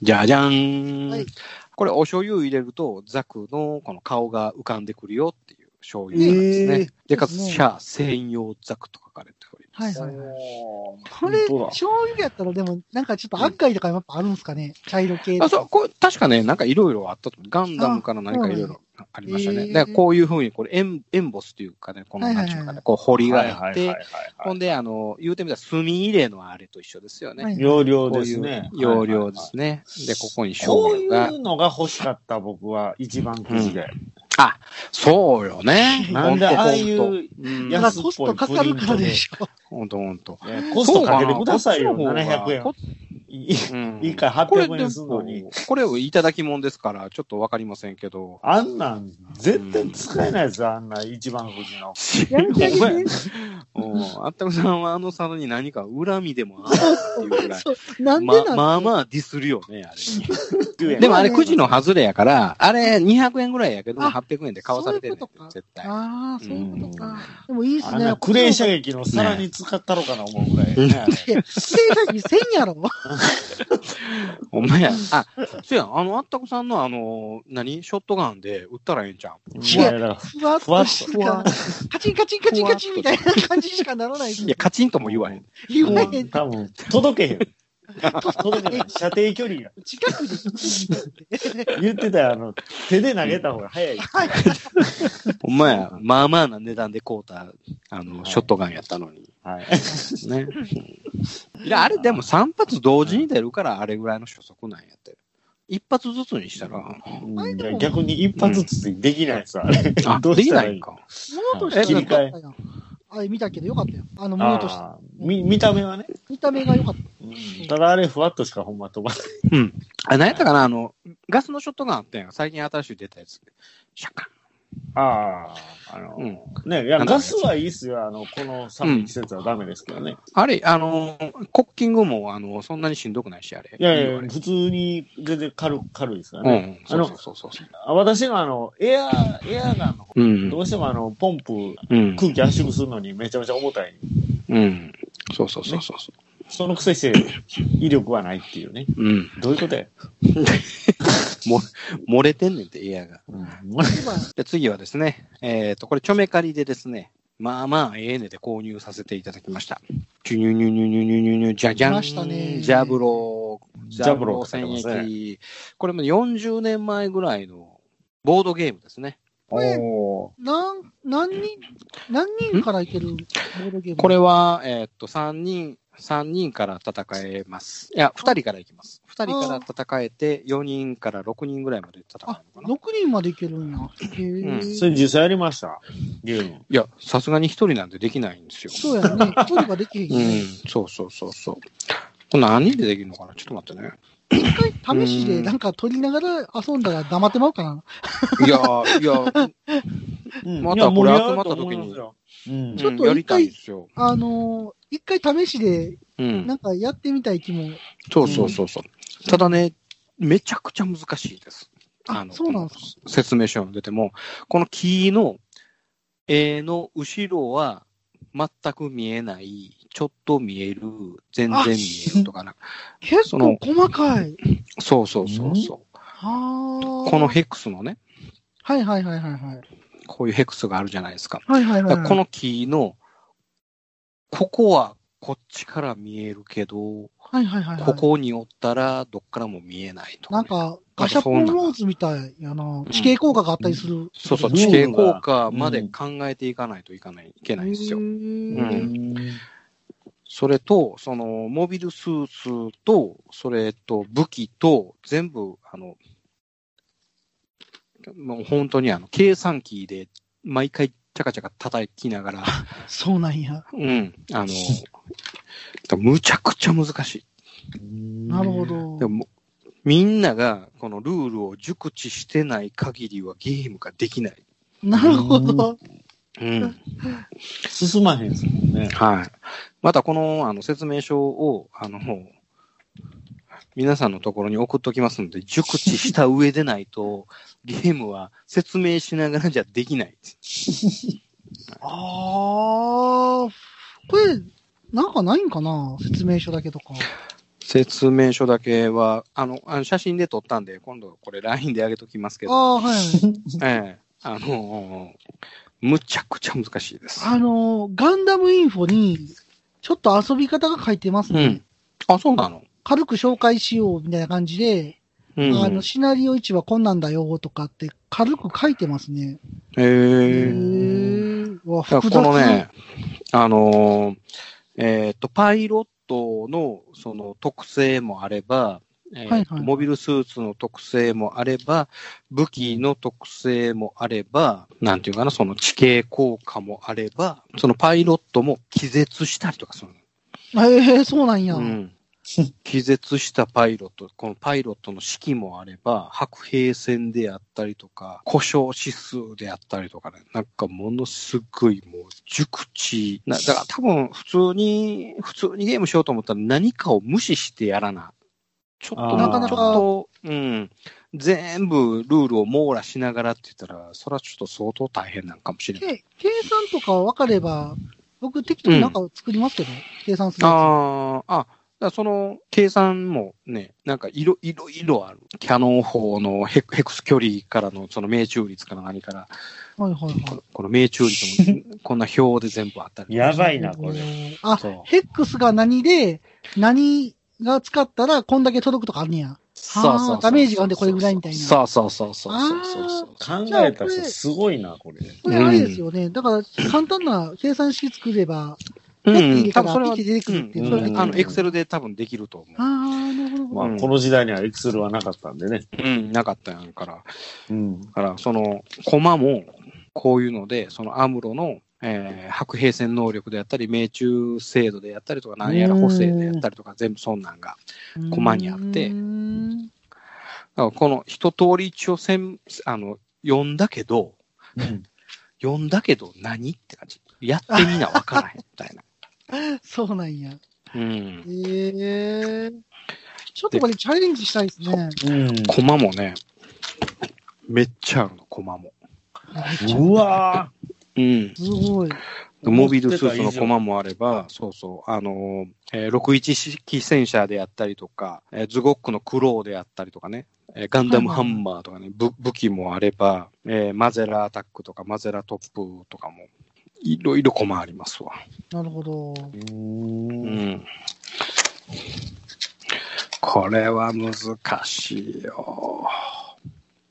Speaker 4: じゃじゃーん、
Speaker 2: はい
Speaker 4: これ、お醤油入れると、ザクのこの顔が浮かんでくるよっていう醤油
Speaker 2: ね
Speaker 4: なんですね。
Speaker 1: えー
Speaker 4: で、かつ、
Speaker 2: ですね
Speaker 4: シャア専用ザクと書かれておりま
Speaker 2: はいはいはい。
Speaker 1: おー
Speaker 2: これ、
Speaker 1: 本当だ
Speaker 2: 醤油やったらでも、なんかちょっと赤貝とかやっぱあるんですかね。茶色系
Speaker 4: す。あそうこれ確かね、なんかいろいろあったと。ガンダムから何かいろいろありました
Speaker 2: え
Speaker 4: ね。
Speaker 2: ー
Speaker 4: だからこういうふうに、これエン、エンボスというかね、この、
Speaker 2: はいは
Speaker 4: ない
Speaker 2: は
Speaker 4: ん
Speaker 2: い
Speaker 4: ていうのかね、こう、堀があって、
Speaker 1: はいはいはいは
Speaker 4: ほんで、あの、言うてみたら、墨入れのあれと一緒ですよね。
Speaker 2: はい
Speaker 1: い。容量
Speaker 4: こう
Speaker 1: で
Speaker 4: い
Speaker 1: す
Speaker 4: う
Speaker 1: ね。
Speaker 4: 要領です
Speaker 1: ね。
Speaker 4: ね。で、ここに
Speaker 1: こ
Speaker 4: 醤
Speaker 1: う
Speaker 4: 油
Speaker 1: い
Speaker 4: が。
Speaker 1: うのが欲しかった僕は一番くじで。
Speaker 4: あ、そうよね。
Speaker 1: なんで
Speaker 4: ほと
Speaker 1: ああいう
Speaker 4: ほんとうん
Speaker 2: そ
Speaker 1: 安
Speaker 2: らコストかかるからでしょ。
Speaker 4: ほんとほんと。
Speaker 1: いやコストかけてくださいよ、
Speaker 4: そうかな
Speaker 1: 700円
Speaker 4: こ。
Speaker 1: い
Speaker 4: うん
Speaker 1: いいか
Speaker 4: これ
Speaker 1: 800
Speaker 4: で
Speaker 1: 円
Speaker 4: も
Speaker 1: すんのに。
Speaker 4: これをいただきもんですから、ちょっとわかりませんけど。
Speaker 1: あんなん、絶対使えないですよ、あんな一番富士の。
Speaker 2: やめてあげて
Speaker 4: ほんまやうんあったくさんはあの佐野に何か恨みでもあるってい うぐらい。
Speaker 2: そうなんで
Speaker 4: ま
Speaker 2: なん
Speaker 4: まあまあディスるよね、あれ。
Speaker 1: で
Speaker 4: でもあれくじの外れやから、あれ200円ぐらいやけども
Speaker 2: あ
Speaker 4: 800円で買わされてるね
Speaker 2: そういうことか
Speaker 4: 絶対。
Speaker 2: ああ、そういうこと
Speaker 1: う
Speaker 2: か
Speaker 1: ん。
Speaker 2: でもいいっす
Speaker 1: あん
Speaker 2: ね
Speaker 1: な。クレー射撃の皿に使ったろかな思うぐらい。ね
Speaker 2: いやクレー射撃せんやろ。
Speaker 4: お前や。あ、そうや、あの、あったくさんのあの、何ショットガンで撃ったらええんちゃ
Speaker 1: う
Speaker 4: う
Speaker 1: わだから
Speaker 2: ふわっとして
Speaker 4: ふ
Speaker 2: か
Speaker 4: わっ
Speaker 2: カチンカチンカチンカチンみたいな感じしかならないです
Speaker 4: いや、カチンとも言わへん。
Speaker 2: 言わへん。
Speaker 1: 多分、届けへん。届けへん。射程距離が。
Speaker 2: 近くで聞いて。
Speaker 1: 言ってたよ、あの、手で投げた方が早い。
Speaker 2: はい。
Speaker 4: お前や、まあまあな値段で買うた、あの、ショットガンやったのに。
Speaker 1: はい。
Speaker 4: ね。いや、あれでも3発同時に出るから、あれぐらいの初速なんやっ一発ずつにしたら。
Speaker 1: うんいや逆に一発ずつできないです、あれ。
Speaker 4: あ、
Speaker 1: どう
Speaker 4: でき
Speaker 1: した
Speaker 4: な
Speaker 1: らいい
Speaker 4: いんか。
Speaker 2: 物として
Speaker 1: 切り替え
Speaker 2: 良かったやんあれ見たけどよかったよ。あの、物として。
Speaker 1: あーみ見た目はね。
Speaker 2: 見た目が良かった。
Speaker 1: うんただあれ、ふわっとしかほんま飛ばない。
Speaker 4: うん。あ、何やったかなあの、ガスのショットガンあったやん。最近新しい出たやつ。シャカ
Speaker 1: ああ、あの
Speaker 4: ン。うん。
Speaker 1: ね、い
Speaker 4: な
Speaker 1: や、
Speaker 4: んか
Speaker 1: ガスはいいっすよ。あの、この寒い季節はダメですけどね。
Speaker 4: あれ、あの、コッキングも、あの、そんなにしんどくないし、あれ。
Speaker 1: いやいや、
Speaker 4: あれ
Speaker 1: 普通に全然軽軽いですから
Speaker 4: うん
Speaker 1: ね。
Speaker 4: うん。そうそうそうそう。
Speaker 1: あ私があの、エア、エアガンの方、
Speaker 4: うん
Speaker 1: ど。うしてもあの、ポンプ、
Speaker 4: うん。
Speaker 1: 空気圧縮するのにめちゃめちゃ重たい。
Speaker 4: うん。そうそうそうそう。
Speaker 1: そのくせして、威力はないっていうね。
Speaker 4: うん。
Speaker 1: どういうことや。
Speaker 4: も、漏れてんねんって、エアが。
Speaker 1: うん、
Speaker 2: 今、
Speaker 4: で、次はですね、えっ、と、これ、ちょめかりでですね、まあまあ、ええねで購入させていただきました。チュニュニュニュニュニュニュニュ、じゃじゃん。
Speaker 2: 来ましたね
Speaker 4: ジャブロー、ジ
Speaker 1: ジ
Speaker 4: ャ
Speaker 1: ャ
Speaker 4: ブ
Speaker 1: ブ
Speaker 4: ロ
Speaker 1: ロ
Speaker 4: ー
Speaker 1: ー
Speaker 4: 戦
Speaker 1: 買ってます
Speaker 4: 役。これも40年前ぐらいのボードゲームですね。
Speaker 1: お
Speaker 2: 何、何人、何人からいけるボードゲーム
Speaker 4: これは、えっ、と、3人、三人から戦えます。いや、2人からいきます。2人から戦えて、4人から6人ぐらいまで戦うの
Speaker 2: あ
Speaker 4: か、な。い
Speaker 2: 6人までいけるんや。へ
Speaker 4: うん
Speaker 1: ーそ
Speaker 2: え。
Speaker 1: れ実際やりました。ゲーム。
Speaker 4: や、さすがに1人なんてできないんですよ。
Speaker 2: そうやんね。一人ができへん
Speaker 4: う
Speaker 2: ね。
Speaker 4: ん、そうそうそうそう。これ何人でできるのかなちょっと待ってね。
Speaker 2: 一回試しでなんか撮りながら遊んだら黙ってまうかな。
Speaker 4: いやー、いやー、
Speaker 1: うん
Speaker 4: また
Speaker 1: いや
Speaker 4: これ
Speaker 1: 盛り上がると
Speaker 4: 集
Speaker 1: 思い
Speaker 4: ま
Speaker 1: ます
Speaker 4: った
Speaker 1: ようん
Speaker 2: ちょっと
Speaker 4: うんやりたいですよ。
Speaker 2: あのー、一回試しで
Speaker 4: うん
Speaker 2: な。んかやってみたい気も。
Speaker 4: そうそうそうそう。ただね、めちゃくちゃ難しいです。
Speaker 2: あそうなんです
Speaker 4: この説明書を出ても、この木の絵の後ろは全く見えない、ちょっと見える、全然見えるとかな。
Speaker 2: 結
Speaker 4: その
Speaker 2: 構細かい。
Speaker 4: そうそうそうそう。
Speaker 2: はあ。
Speaker 4: このヘックスのね、
Speaker 2: はいはいはいはいはい。
Speaker 4: こういうヘックスがあるじゃないですか。
Speaker 2: はいはいはい、は
Speaker 4: だから
Speaker 2: い。
Speaker 4: この木の、ここはこっちから見えるけど、
Speaker 2: はいはいはいはい。
Speaker 4: ここにおったらどっからも見えないとか
Speaker 2: な
Speaker 4: ね、
Speaker 2: んか、ガシャポンローズみたいやな。地形効果があったりする。
Speaker 4: そうそう、
Speaker 1: ルー
Speaker 4: 地
Speaker 1: ル
Speaker 4: 形
Speaker 1: が
Speaker 4: 効果まで考えていかないといかない、いけないんですよ
Speaker 2: へ。ー
Speaker 4: うん
Speaker 1: うん
Speaker 4: それと、その、モビルスーツと、それと、武器と、全部、あの、もう本当にあの、計算機で、毎回、チャカチャカ叩きながら、
Speaker 2: そうなんや。
Speaker 4: うん、あの、 むちゃくちゃ難しい。
Speaker 2: なるほ。ど
Speaker 4: で。も、みんなが、このルールを熟知してない限りはゲームができない。
Speaker 2: なるほど。
Speaker 4: うん。
Speaker 1: 進まへんっすもんね。
Speaker 4: はい。またこのあの説明書を、あの、皆さんのところに送っときますので、熟知した上でないと、 ゲームは説明しながらじゃできない。
Speaker 2: あー、これ、なんかないんかな説明書だけとか。
Speaker 4: 説明書だけは、あの、あの写真で撮ったんで、今度これ LINE であげときますけ
Speaker 2: あ
Speaker 4: ど、
Speaker 2: ー、はい。
Speaker 4: ええあの、むちゃくちゃ難しいです。
Speaker 2: あのー、ガンダムインフォに、ちょっと遊び方が書いてます
Speaker 4: う
Speaker 2: ね。
Speaker 4: ん。あ、そうなの
Speaker 2: 軽く紹介しようみたいな感じで、
Speaker 4: うん。
Speaker 2: あの、シナリオ1はこんなんだよとかって軽く書いてますね。
Speaker 4: へ
Speaker 2: へ
Speaker 4: え。
Speaker 2: ー。うわ、
Speaker 4: だか
Speaker 2: 複
Speaker 4: ら
Speaker 2: 雑。
Speaker 4: このね、あのーえーっと、パイロットのその特性もあれば、えーっと
Speaker 2: はいはい
Speaker 4: モビルスーツの特性もあれば、武器の特性もあれば、なんていうかな、その地形効果もあれば、そのパイロットも気絶したりとかする
Speaker 2: へえ、そうなんや。
Speaker 4: の。うん。気絶したパイロット、このパイロットの指揮もあれば、白兵戦であったりとか、故障指数であったりとかね、なんかものすごいもう熟知な、だから多分普通に、普通にゲームしようと思ったら何かを無視してやらな。ちょっ
Speaker 1: あ
Speaker 4: と、
Speaker 1: ー
Speaker 4: なかなか、ちょっと、うん、全部ルールを網羅しながらって言ったら、それはちょっと相当大変なんかもしれない。
Speaker 2: け計算とか分かれば、僕適当になんか作りますけど、計算するや
Speaker 4: ああ、あ、だからその計算もね、なんかいろいろいろある。キャノン砲のヘヘクス距離からのその命中率から何から、
Speaker 2: つ。はいはい
Speaker 4: こ
Speaker 2: は
Speaker 4: のこの命中率 もこんな表で全部あったり。
Speaker 1: やば
Speaker 2: い。
Speaker 1: いな、これ。
Speaker 2: れ。あ、
Speaker 4: そ
Speaker 2: ヘックスが何で、何が使ったらこんだけ届くとかあるんや。
Speaker 4: そうそうそう。
Speaker 2: ダメージがあんでこれぐらいみたいな
Speaker 4: そうそうそうそうそうそうそう。
Speaker 1: 考えた人すごいな、これ。
Speaker 2: これあれですよね。だから、簡単な計算式作れば、ペ
Speaker 4: う
Speaker 2: ッて入
Speaker 4: ん、
Speaker 2: れた
Speaker 4: 多分
Speaker 2: らピッ
Speaker 4: それは
Speaker 2: て出てくるっていう。それ
Speaker 1: うん
Speaker 2: で
Speaker 4: あの、エクセルで多分できると思う。
Speaker 2: ああ、なるほど。
Speaker 1: まあ
Speaker 4: うん、
Speaker 1: この時代にはエクセルはなかったんでね。
Speaker 4: うん、なかったやんから。
Speaker 1: うん。
Speaker 4: だから、その、コマも、こういうので、そのアムロの、えー白兵戦能力であったり、命中制度であったりとか、何やら補正であったりとか、全部そんなんが。コマにあって
Speaker 2: うーん
Speaker 4: だからこの一通り一応せん、あの、読んだけど、読んだけど何って感じ。やってみなわからへん、みたいな。
Speaker 2: そうなんや。
Speaker 4: うん。
Speaker 2: ええちょっとこれチャレンジしたいですね。
Speaker 1: うん。
Speaker 4: コマもね、めっちゃあるの、コマも。
Speaker 1: うわ
Speaker 4: うん。
Speaker 2: すごい。
Speaker 4: モビルスーツのコマもあれば、そうそう、あのー、えー61式戦車であったりとか、えーズゴックのクローであったりとかね、えーガンダムハンマーとかね、ぶ武器もあれば、えーマゼラアタックとかマゼラトップとかも、いろいろコマありますわ。
Speaker 2: なるほど。
Speaker 1: ー
Speaker 4: う
Speaker 1: うん。
Speaker 4: ん。これは難しいよ。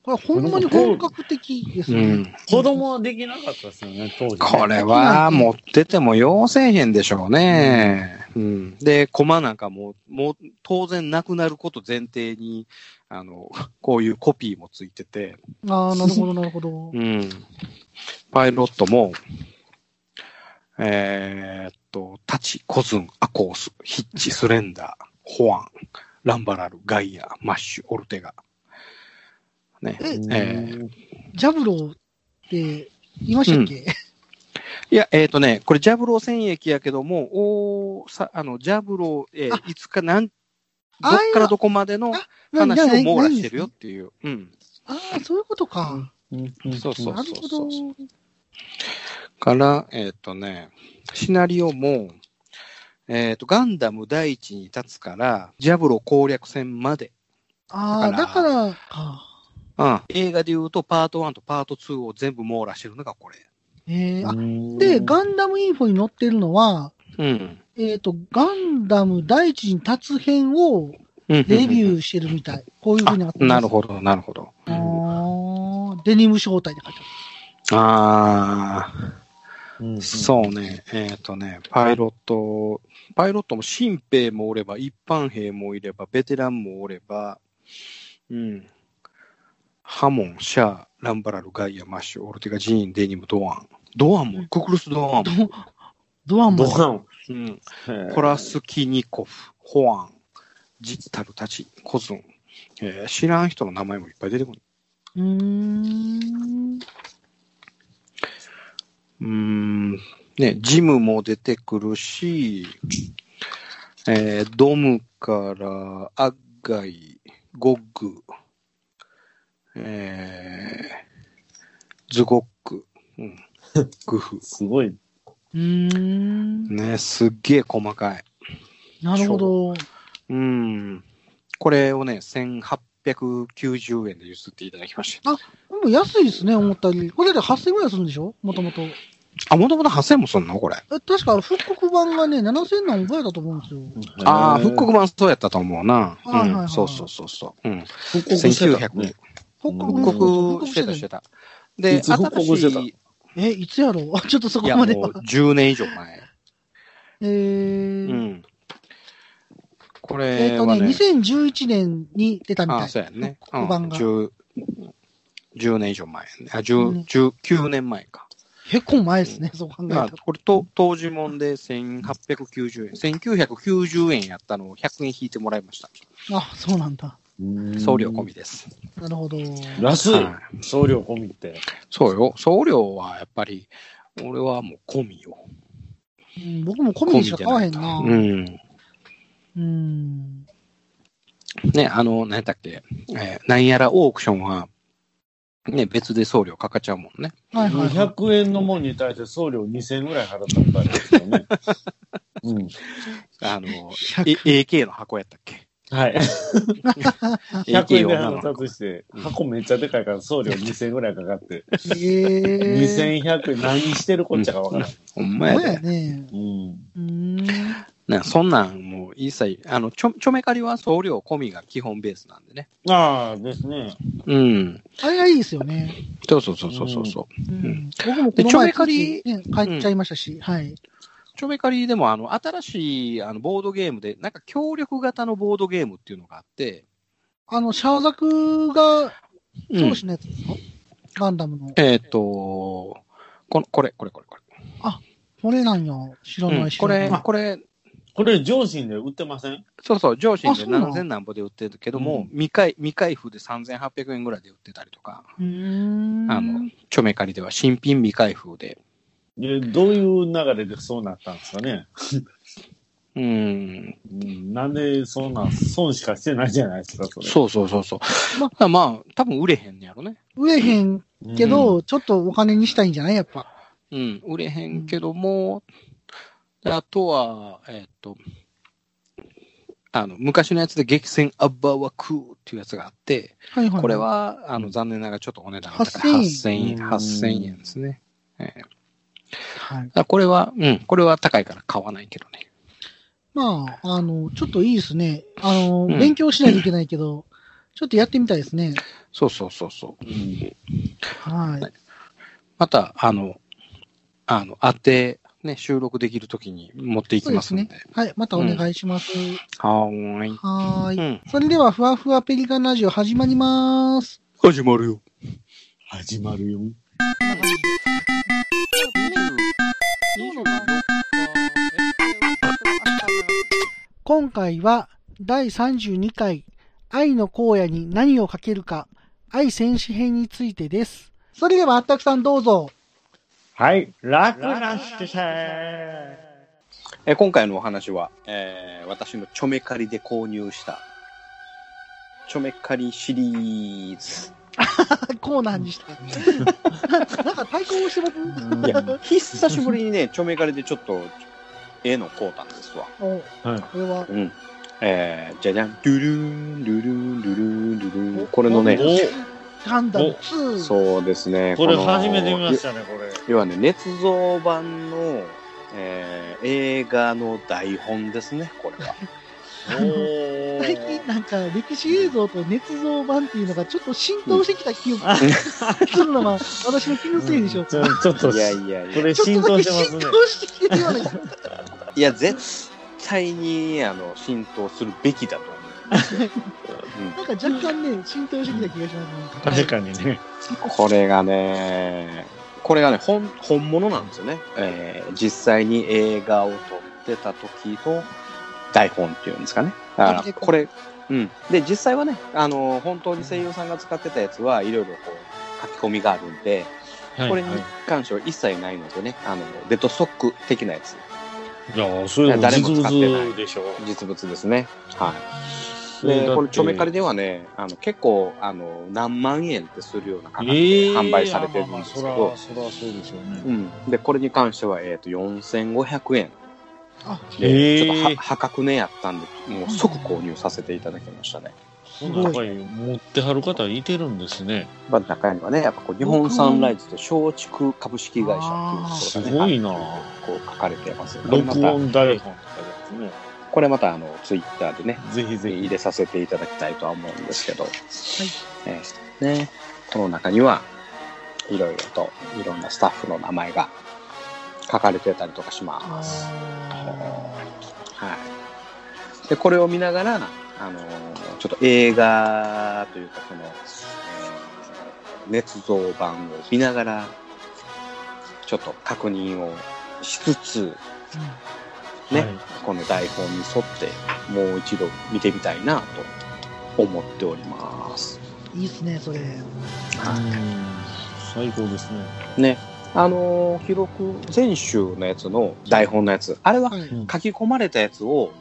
Speaker 2: これほんまに本格的です
Speaker 4: う
Speaker 2: ね。
Speaker 4: ん。
Speaker 1: 子供はできなかったですよね、当時ね。
Speaker 4: これは持ってても要せえへんでしょうね。うん。で、コマなんかも、もう当然なくなること前提に、あの、こういうコピーもついてて、
Speaker 2: ああ、なるほど、なるほ ど。
Speaker 4: うん。パイロットも、えーっと、タチ、コズン、アコース、ヒッチ、スレンダー、ホアン、ランバラル、ガイア、マッシュ、オルテガ。ね。
Speaker 2: え、
Speaker 1: うん
Speaker 4: え
Speaker 2: ジャブローって言いましたっけ、
Speaker 4: いや、えっ、とね、これ、ジャブロー戦役やけども、おーさあの、ジャブロー、えー
Speaker 2: あ
Speaker 4: いつかなん、ど
Speaker 2: あ
Speaker 4: っからどこまでの 話を網羅してるよっ
Speaker 2: な
Speaker 4: ていう。うん。
Speaker 2: いんですねああ、そういうことか。
Speaker 1: うんうん
Speaker 4: そうそう
Speaker 2: なるほ
Speaker 4: そ
Speaker 2: ど
Speaker 4: う。そから、えっ、とね、シナリオも、えっ、と、ガンダム第一に立つから、ジャブロー攻略戦まで。
Speaker 2: ああ、だ
Speaker 4: だ
Speaker 2: か
Speaker 4: から
Speaker 2: か。
Speaker 4: うん。映画で言うと、パート1とパート2を全部網羅してるのがこれ。
Speaker 2: ええあ
Speaker 1: うん
Speaker 2: で、ガンダムインフォに載ってるのは、
Speaker 4: うん。
Speaker 2: えっ、と、ガンダム第一に立つ編をレ
Speaker 4: レ
Speaker 2: ビ
Speaker 4: ー。
Speaker 2: ューしてるみたい。こういうふうにあってます
Speaker 4: なるほど、なるほど。
Speaker 2: あーデニム招待って書いて
Speaker 4: あー。
Speaker 1: うん
Speaker 4: そうね、えっ、とね、パイロット、パイロットも新兵もおれば、一般兵もいれば、ベテランもおれば、うん。ハモン、シャア、ランバラル、ガイア、マッシュ、オルテガ、ジーン、デニム、ドアン。ドアンも、ククルス・ドアン
Speaker 2: あ
Speaker 4: も、
Speaker 2: る。ドアン
Speaker 1: ド
Speaker 2: も。
Speaker 1: カン。
Speaker 4: うん。
Speaker 1: へえ
Speaker 4: コラス・キニコフ、ホアン、ジッタルたち、コズン。えー知らん人の名前もいっぱい出てくる。
Speaker 2: うーん。
Speaker 4: うーん、ね、ジムも出てくるし、えードムから、アッガイ、ゴッグ、えーズゴック、うん、 グフ。
Speaker 1: すごい。
Speaker 2: うーん。
Speaker 4: ね、すっげえ細かい。
Speaker 2: なるほど。
Speaker 4: うん。これをね、1890円で譲っていただきました。
Speaker 2: でも安いですね、思ったより。これで8000円ぐらいするんでしょもともと。え
Speaker 4: あ、もともと8000円もすんのこれ。
Speaker 2: 確か復刻版がね、7000何ぐらいだと思うんですよ。
Speaker 4: ああ、
Speaker 1: へえ
Speaker 4: 復刻版そうやったと思うな。
Speaker 2: はいはいはい
Speaker 4: うん、そうそうそうそう。うん。
Speaker 1: 復刻してた
Speaker 4: 1900。
Speaker 2: 復刻
Speaker 1: うん
Speaker 4: 復刻してた、
Speaker 2: んで
Speaker 4: してた。で、
Speaker 1: いつ復刻してた
Speaker 4: 新しい
Speaker 2: え、いつやろうちょっとそ
Speaker 4: い
Speaker 2: こ
Speaker 4: や、も
Speaker 2: ま
Speaker 4: う
Speaker 2: では。
Speaker 4: 10年以上前。
Speaker 2: え
Speaker 4: う
Speaker 2: ー、
Speaker 4: ん。こ
Speaker 2: えっ
Speaker 4: れ
Speaker 2: と
Speaker 4: は
Speaker 2: ね、
Speaker 4: ね、
Speaker 2: 2011年に出たみ
Speaker 4: あ
Speaker 2: た
Speaker 4: あ、
Speaker 2: い。
Speaker 4: そうやね。う
Speaker 2: 黒
Speaker 4: ん、
Speaker 2: 板が
Speaker 4: 10, 10年以上前やね。あ、
Speaker 2: うん
Speaker 4: 10 19年前か。
Speaker 2: 結構前ですね、そう考えた
Speaker 4: まあ
Speaker 2: ら。、
Speaker 4: これと、当時もんで1890円。1990円やったのを100円引いてもらいました。
Speaker 2: あ、そうなんだ。
Speaker 1: うん
Speaker 4: 送料込み。です。
Speaker 2: なるほど。
Speaker 1: 安い
Speaker 4: は
Speaker 1: 送料込みって。
Speaker 4: そうよ。送料はやっぱり、俺はもう込みよ。
Speaker 2: うん僕も込みでしか買わへんな。
Speaker 4: うん。
Speaker 2: うん。
Speaker 4: ね、あの、何やったっけ、えー、なんやらオークションは、ね、別で送料かかっちゃうもんね。
Speaker 2: はいはい、はい。
Speaker 1: 200円のもんに対して送料2000円ぐらい払ったことありますよ ね。うん。
Speaker 4: あの、
Speaker 2: 100
Speaker 4: え AK の箱やったっけ
Speaker 1: はい。100
Speaker 4: ?AK
Speaker 1: 円で
Speaker 4: は
Speaker 1: 払ったとして、箱めっちゃでかいから送料2000円ぐらいかかって、
Speaker 2: えー。
Speaker 1: 2100円何してるこっちゃかわ からない。
Speaker 4: ほんま
Speaker 2: そう
Speaker 4: や
Speaker 2: や
Speaker 4: で。
Speaker 2: ね。
Speaker 1: うん。
Speaker 2: うん。
Speaker 4: ね、そんなんもう一切、あの、ちょ、ちょめかりは送料込みが基本ベースなんでね。
Speaker 1: ああ、ですね。
Speaker 4: うん。
Speaker 2: あれがいいですよね。
Speaker 4: そうそうそうそうそう。う
Speaker 2: うんん。僕もこ
Speaker 4: で
Speaker 2: の
Speaker 4: ちょ
Speaker 2: 前
Speaker 4: めかり
Speaker 2: ついね、買っちゃいましたし、はい。
Speaker 4: ちょめかりでも、あの、新しい、あの、ボードゲームで、なんか協力型のボードゲームっていうのがあって、
Speaker 2: あの、シャーザクが
Speaker 4: う
Speaker 2: 教
Speaker 4: ん
Speaker 2: 師のやつですか、ガンダムの。
Speaker 4: えーっと、この、これ、これ、これ、これ。
Speaker 2: これなんや。知らない、
Speaker 4: うん
Speaker 2: 知
Speaker 4: こ
Speaker 2: らない。
Speaker 4: れ、これ、
Speaker 1: これ、上司で売ってません
Speaker 4: そうそう、上司で
Speaker 2: あそうなの
Speaker 4: 7000何歩で売ってるけど
Speaker 1: う
Speaker 4: も、
Speaker 1: ん
Speaker 4: 未開未開封で3800円ぐらいで売ってたりとか、
Speaker 2: うーん。
Speaker 4: あの、ちょめかりでは新品未開封で、
Speaker 1: でどういう流れでそうなったんですかね。
Speaker 4: うん、
Speaker 1: うんなんで、そんな、損しかしてないじゃないですか、それ。
Speaker 4: そうそうそうそう。まあ、まあ、多分売れへんねやろね。
Speaker 2: 売れへん
Speaker 1: うん
Speaker 2: けど、ちょっとお金にしたいんじゃないやっぱ。
Speaker 4: うん、売れへんけども、であとは、えーっと、あの、昔のやつで激戦アッバーワクーっていうやつがあって、
Speaker 2: はいはい、はい。
Speaker 4: これ。は、あの、残念ながらちょっとお値段が高い。
Speaker 2: 8000
Speaker 4: 8000
Speaker 1: 円
Speaker 4: 円、8000円ですね。
Speaker 2: はい。
Speaker 4: あこれは、うん、これは高いから買わないけどね。
Speaker 2: まあ、あの、ちょっといいですね。あの、
Speaker 4: うん
Speaker 2: 勉強しないといけないけど、ちょっとやってみたいですね。
Speaker 4: そうそうそうそう。
Speaker 1: うん
Speaker 2: はい。
Speaker 4: また、あの、あの、あって、ね、収録できるときに持っていき
Speaker 2: そうで
Speaker 4: ます
Speaker 2: す
Speaker 4: んで。
Speaker 2: ね。はい。またお願いします。
Speaker 4: はーい。
Speaker 2: はーい。
Speaker 4: うん。
Speaker 2: それでは、ふわふわペリカンラジオ始まります。
Speaker 4: 始まるよ。
Speaker 1: 始まるよ。
Speaker 2: 今回は、第32回、愛の荒野に何をかけるか、愛戦士編についてです。それでは、あったくさんどうぞ。
Speaker 1: はい、楽なしてさ
Speaker 4: え今回のお話は、えー私のチョメカリで購入した、チョメカリシリーズ。
Speaker 2: コーナーにした。 なんか対抗してます
Speaker 4: いや、久しぶりに ね、チョメカリでちょっと、絵の買うたんですわ。
Speaker 2: お、
Speaker 1: はい
Speaker 2: これは、
Speaker 4: うん。えー、じゃじゃん。ドゥルーン、ドゥルーン、ドゥルーン、ドゥルーン。これのね、
Speaker 1: お
Speaker 2: ガンダム
Speaker 1: お
Speaker 2: 2。
Speaker 4: そうですね。
Speaker 1: これ
Speaker 4: の
Speaker 1: 初めて見ましたね、こ れ。
Speaker 4: 要はね、捏造版の、えー映画の台本ですね、これは。
Speaker 1: おー
Speaker 2: 最近なんか歴史映像と捏造版っていうのがちょっと浸透してきた気がするのは私の気のせいでしょうか。
Speaker 1: うんちょちょっと、
Speaker 4: いやいやい
Speaker 1: こ
Speaker 4: や。
Speaker 1: れ
Speaker 2: ちょ
Speaker 1: 浸
Speaker 2: っと
Speaker 1: 透
Speaker 2: だけ
Speaker 1: してま
Speaker 2: 浸
Speaker 1: すね。
Speaker 2: 透してきてるような気が
Speaker 4: いや、絶対に、あの、浸透するべ きだと思う。
Speaker 2: なんか若干ね、浸透してきた気がします、ね。
Speaker 1: 確かにね。
Speaker 4: うん、これがね、これがね、本、本物なんですよね。えー実際に映画を撮ってた時の台本っていうんですかね。だから、これ、うん。で、実際はね、あの、本当に声優さんが使ってたやつはいろいろこう、書き込みがあるんで、これに
Speaker 1: はい
Speaker 4: 関しては一切ないのでね、あの、デッドストック的なやつ、
Speaker 1: いや、そういうの
Speaker 4: 誰も使ってない
Speaker 1: 実物でしょ。
Speaker 4: 実物ですね。はい。で、これ、ちょめかり
Speaker 1: で
Speaker 4: ではね、あの、結構、あの、何万円ってするような価格で販
Speaker 1: 販
Speaker 4: 売されてるんですけど、
Speaker 1: そら、そらそうでしょうね。
Speaker 4: うん。で、これに関しては、えっ、と、4500円
Speaker 2: あ
Speaker 4: で、ちょっと
Speaker 1: へー
Speaker 4: は破格ねやったんで、もう即購入させていただきましたね。
Speaker 1: この中に持ってはる方いてるんですね。
Speaker 4: まあ、中にはね、やっぱこう、日本サンライズと松竹株式会社って
Speaker 1: あーす
Speaker 4: いうところがね、
Speaker 1: ごいな
Speaker 4: あのこう、書かれてます。これま
Speaker 1: 録
Speaker 4: た、
Speaker 1: 音台本とかで
Speaker 4: これまた、あの、ツイッターでね、
Speaker 1: すね。ぜひぜ
Speaker 4: 入
Speaker 1: ひ。
Speaker 4: れさせていただきたいとは思うんですけど、えーね、この中にはいろいろといろんなスタッフの名前が書かれてたりとかします。はい、でこれを見ながら、あのーちょっと映画というかこの、えー、捏造版を見ながらちょっと確認をしつつね、
Speaker 1: はい
Speaker 4: この台本に沿ってもう一度見てみたいなと思っております。
Speaker 2: うんいいっすね、それ。
Speaker 1: うん最高ですね。
Speaker 4: ね、あのー、広く前週のやつの台本のやつ、あれは
Speaker 2: はい。
Speaker 4: 書き込まれたやつを、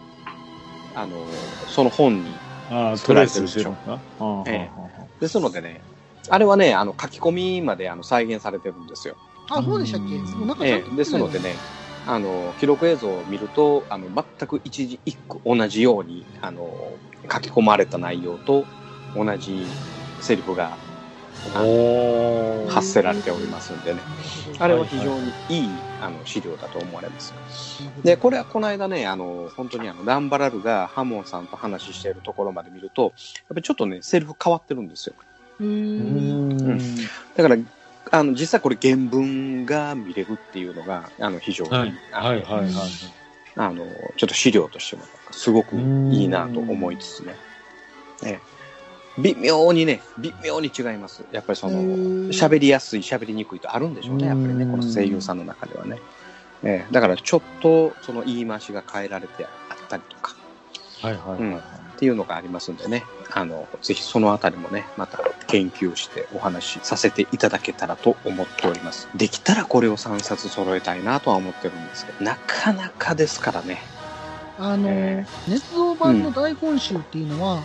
Speaker 4: あのーその本に。
Speaker 1: ああ、
Speaker 4: 作
Speaker 1: ト
Speaker 4: ら
Speaker 1: レ
Speaker 4: れ
Speaker 1: ー
Speaker 4: てる
Speaker 1: スして
Speaker 4: でし
Speaker 1: る
Speaker 4: ょ
Speaker 1: のかあー
Speaker 4: ええ
Speaker 1: はあはあは
Speaker 4: ですのでね、あれはね、あの書き込みまであの再現されてるんですよ。
Speaker 2: あ、そうでしたっけもうなんかちゃ
Speaker 4: え
Speaker 2: んと
Speaker 4: え、ですのでね、あの記録映像を見ると、あの全く一時一句同じようにあの書き込まれた内容と同じセリフが
Speaker 1: あおー
Speaker 4: 発せられておりますんでね、あれは非常にいいあの資料だと思われます。で、これはこの間ね、あの本当にあのランバラルがハモンさんと話しているところまで見ると、やっぱりちょっとね、セリフ変わってるんですよ。
Speaker 2: うん。
Speaker 1: うん
Speaker 4: だからあの、実際これ原文が見れるっていうのが、あの、非常に、あ
Speaker 1: はいはいはいはい。
Speaker 4: あの、ちょっと資料としても、すごくいいなと思いつつね。ええ微妙にね、微妙に違います。やっぱりその
Speaker 2: へー、
Speaker 4: 喋りやすい、喋りにくいとあるんでしょうね、やっぱりね、
Speaker 1: うん
Speaker 4: この声優さんの中ではね。ええだからちょっと、その言い回しが変えられてあったりとか、
Speaker 1: はいはいはいはい。
Speaker 4: っていうのがありますんでね、あの、ぜひそのあたりもね、また研究してお話しさせていただけたらと思っております。できたらこれを3冊揃えたいなとは思ってるんですけど、なかなかですからね。
Speaker 2: あの、
Speaker 4: え
Speaker 2: 捏造版の大本集っていうのは、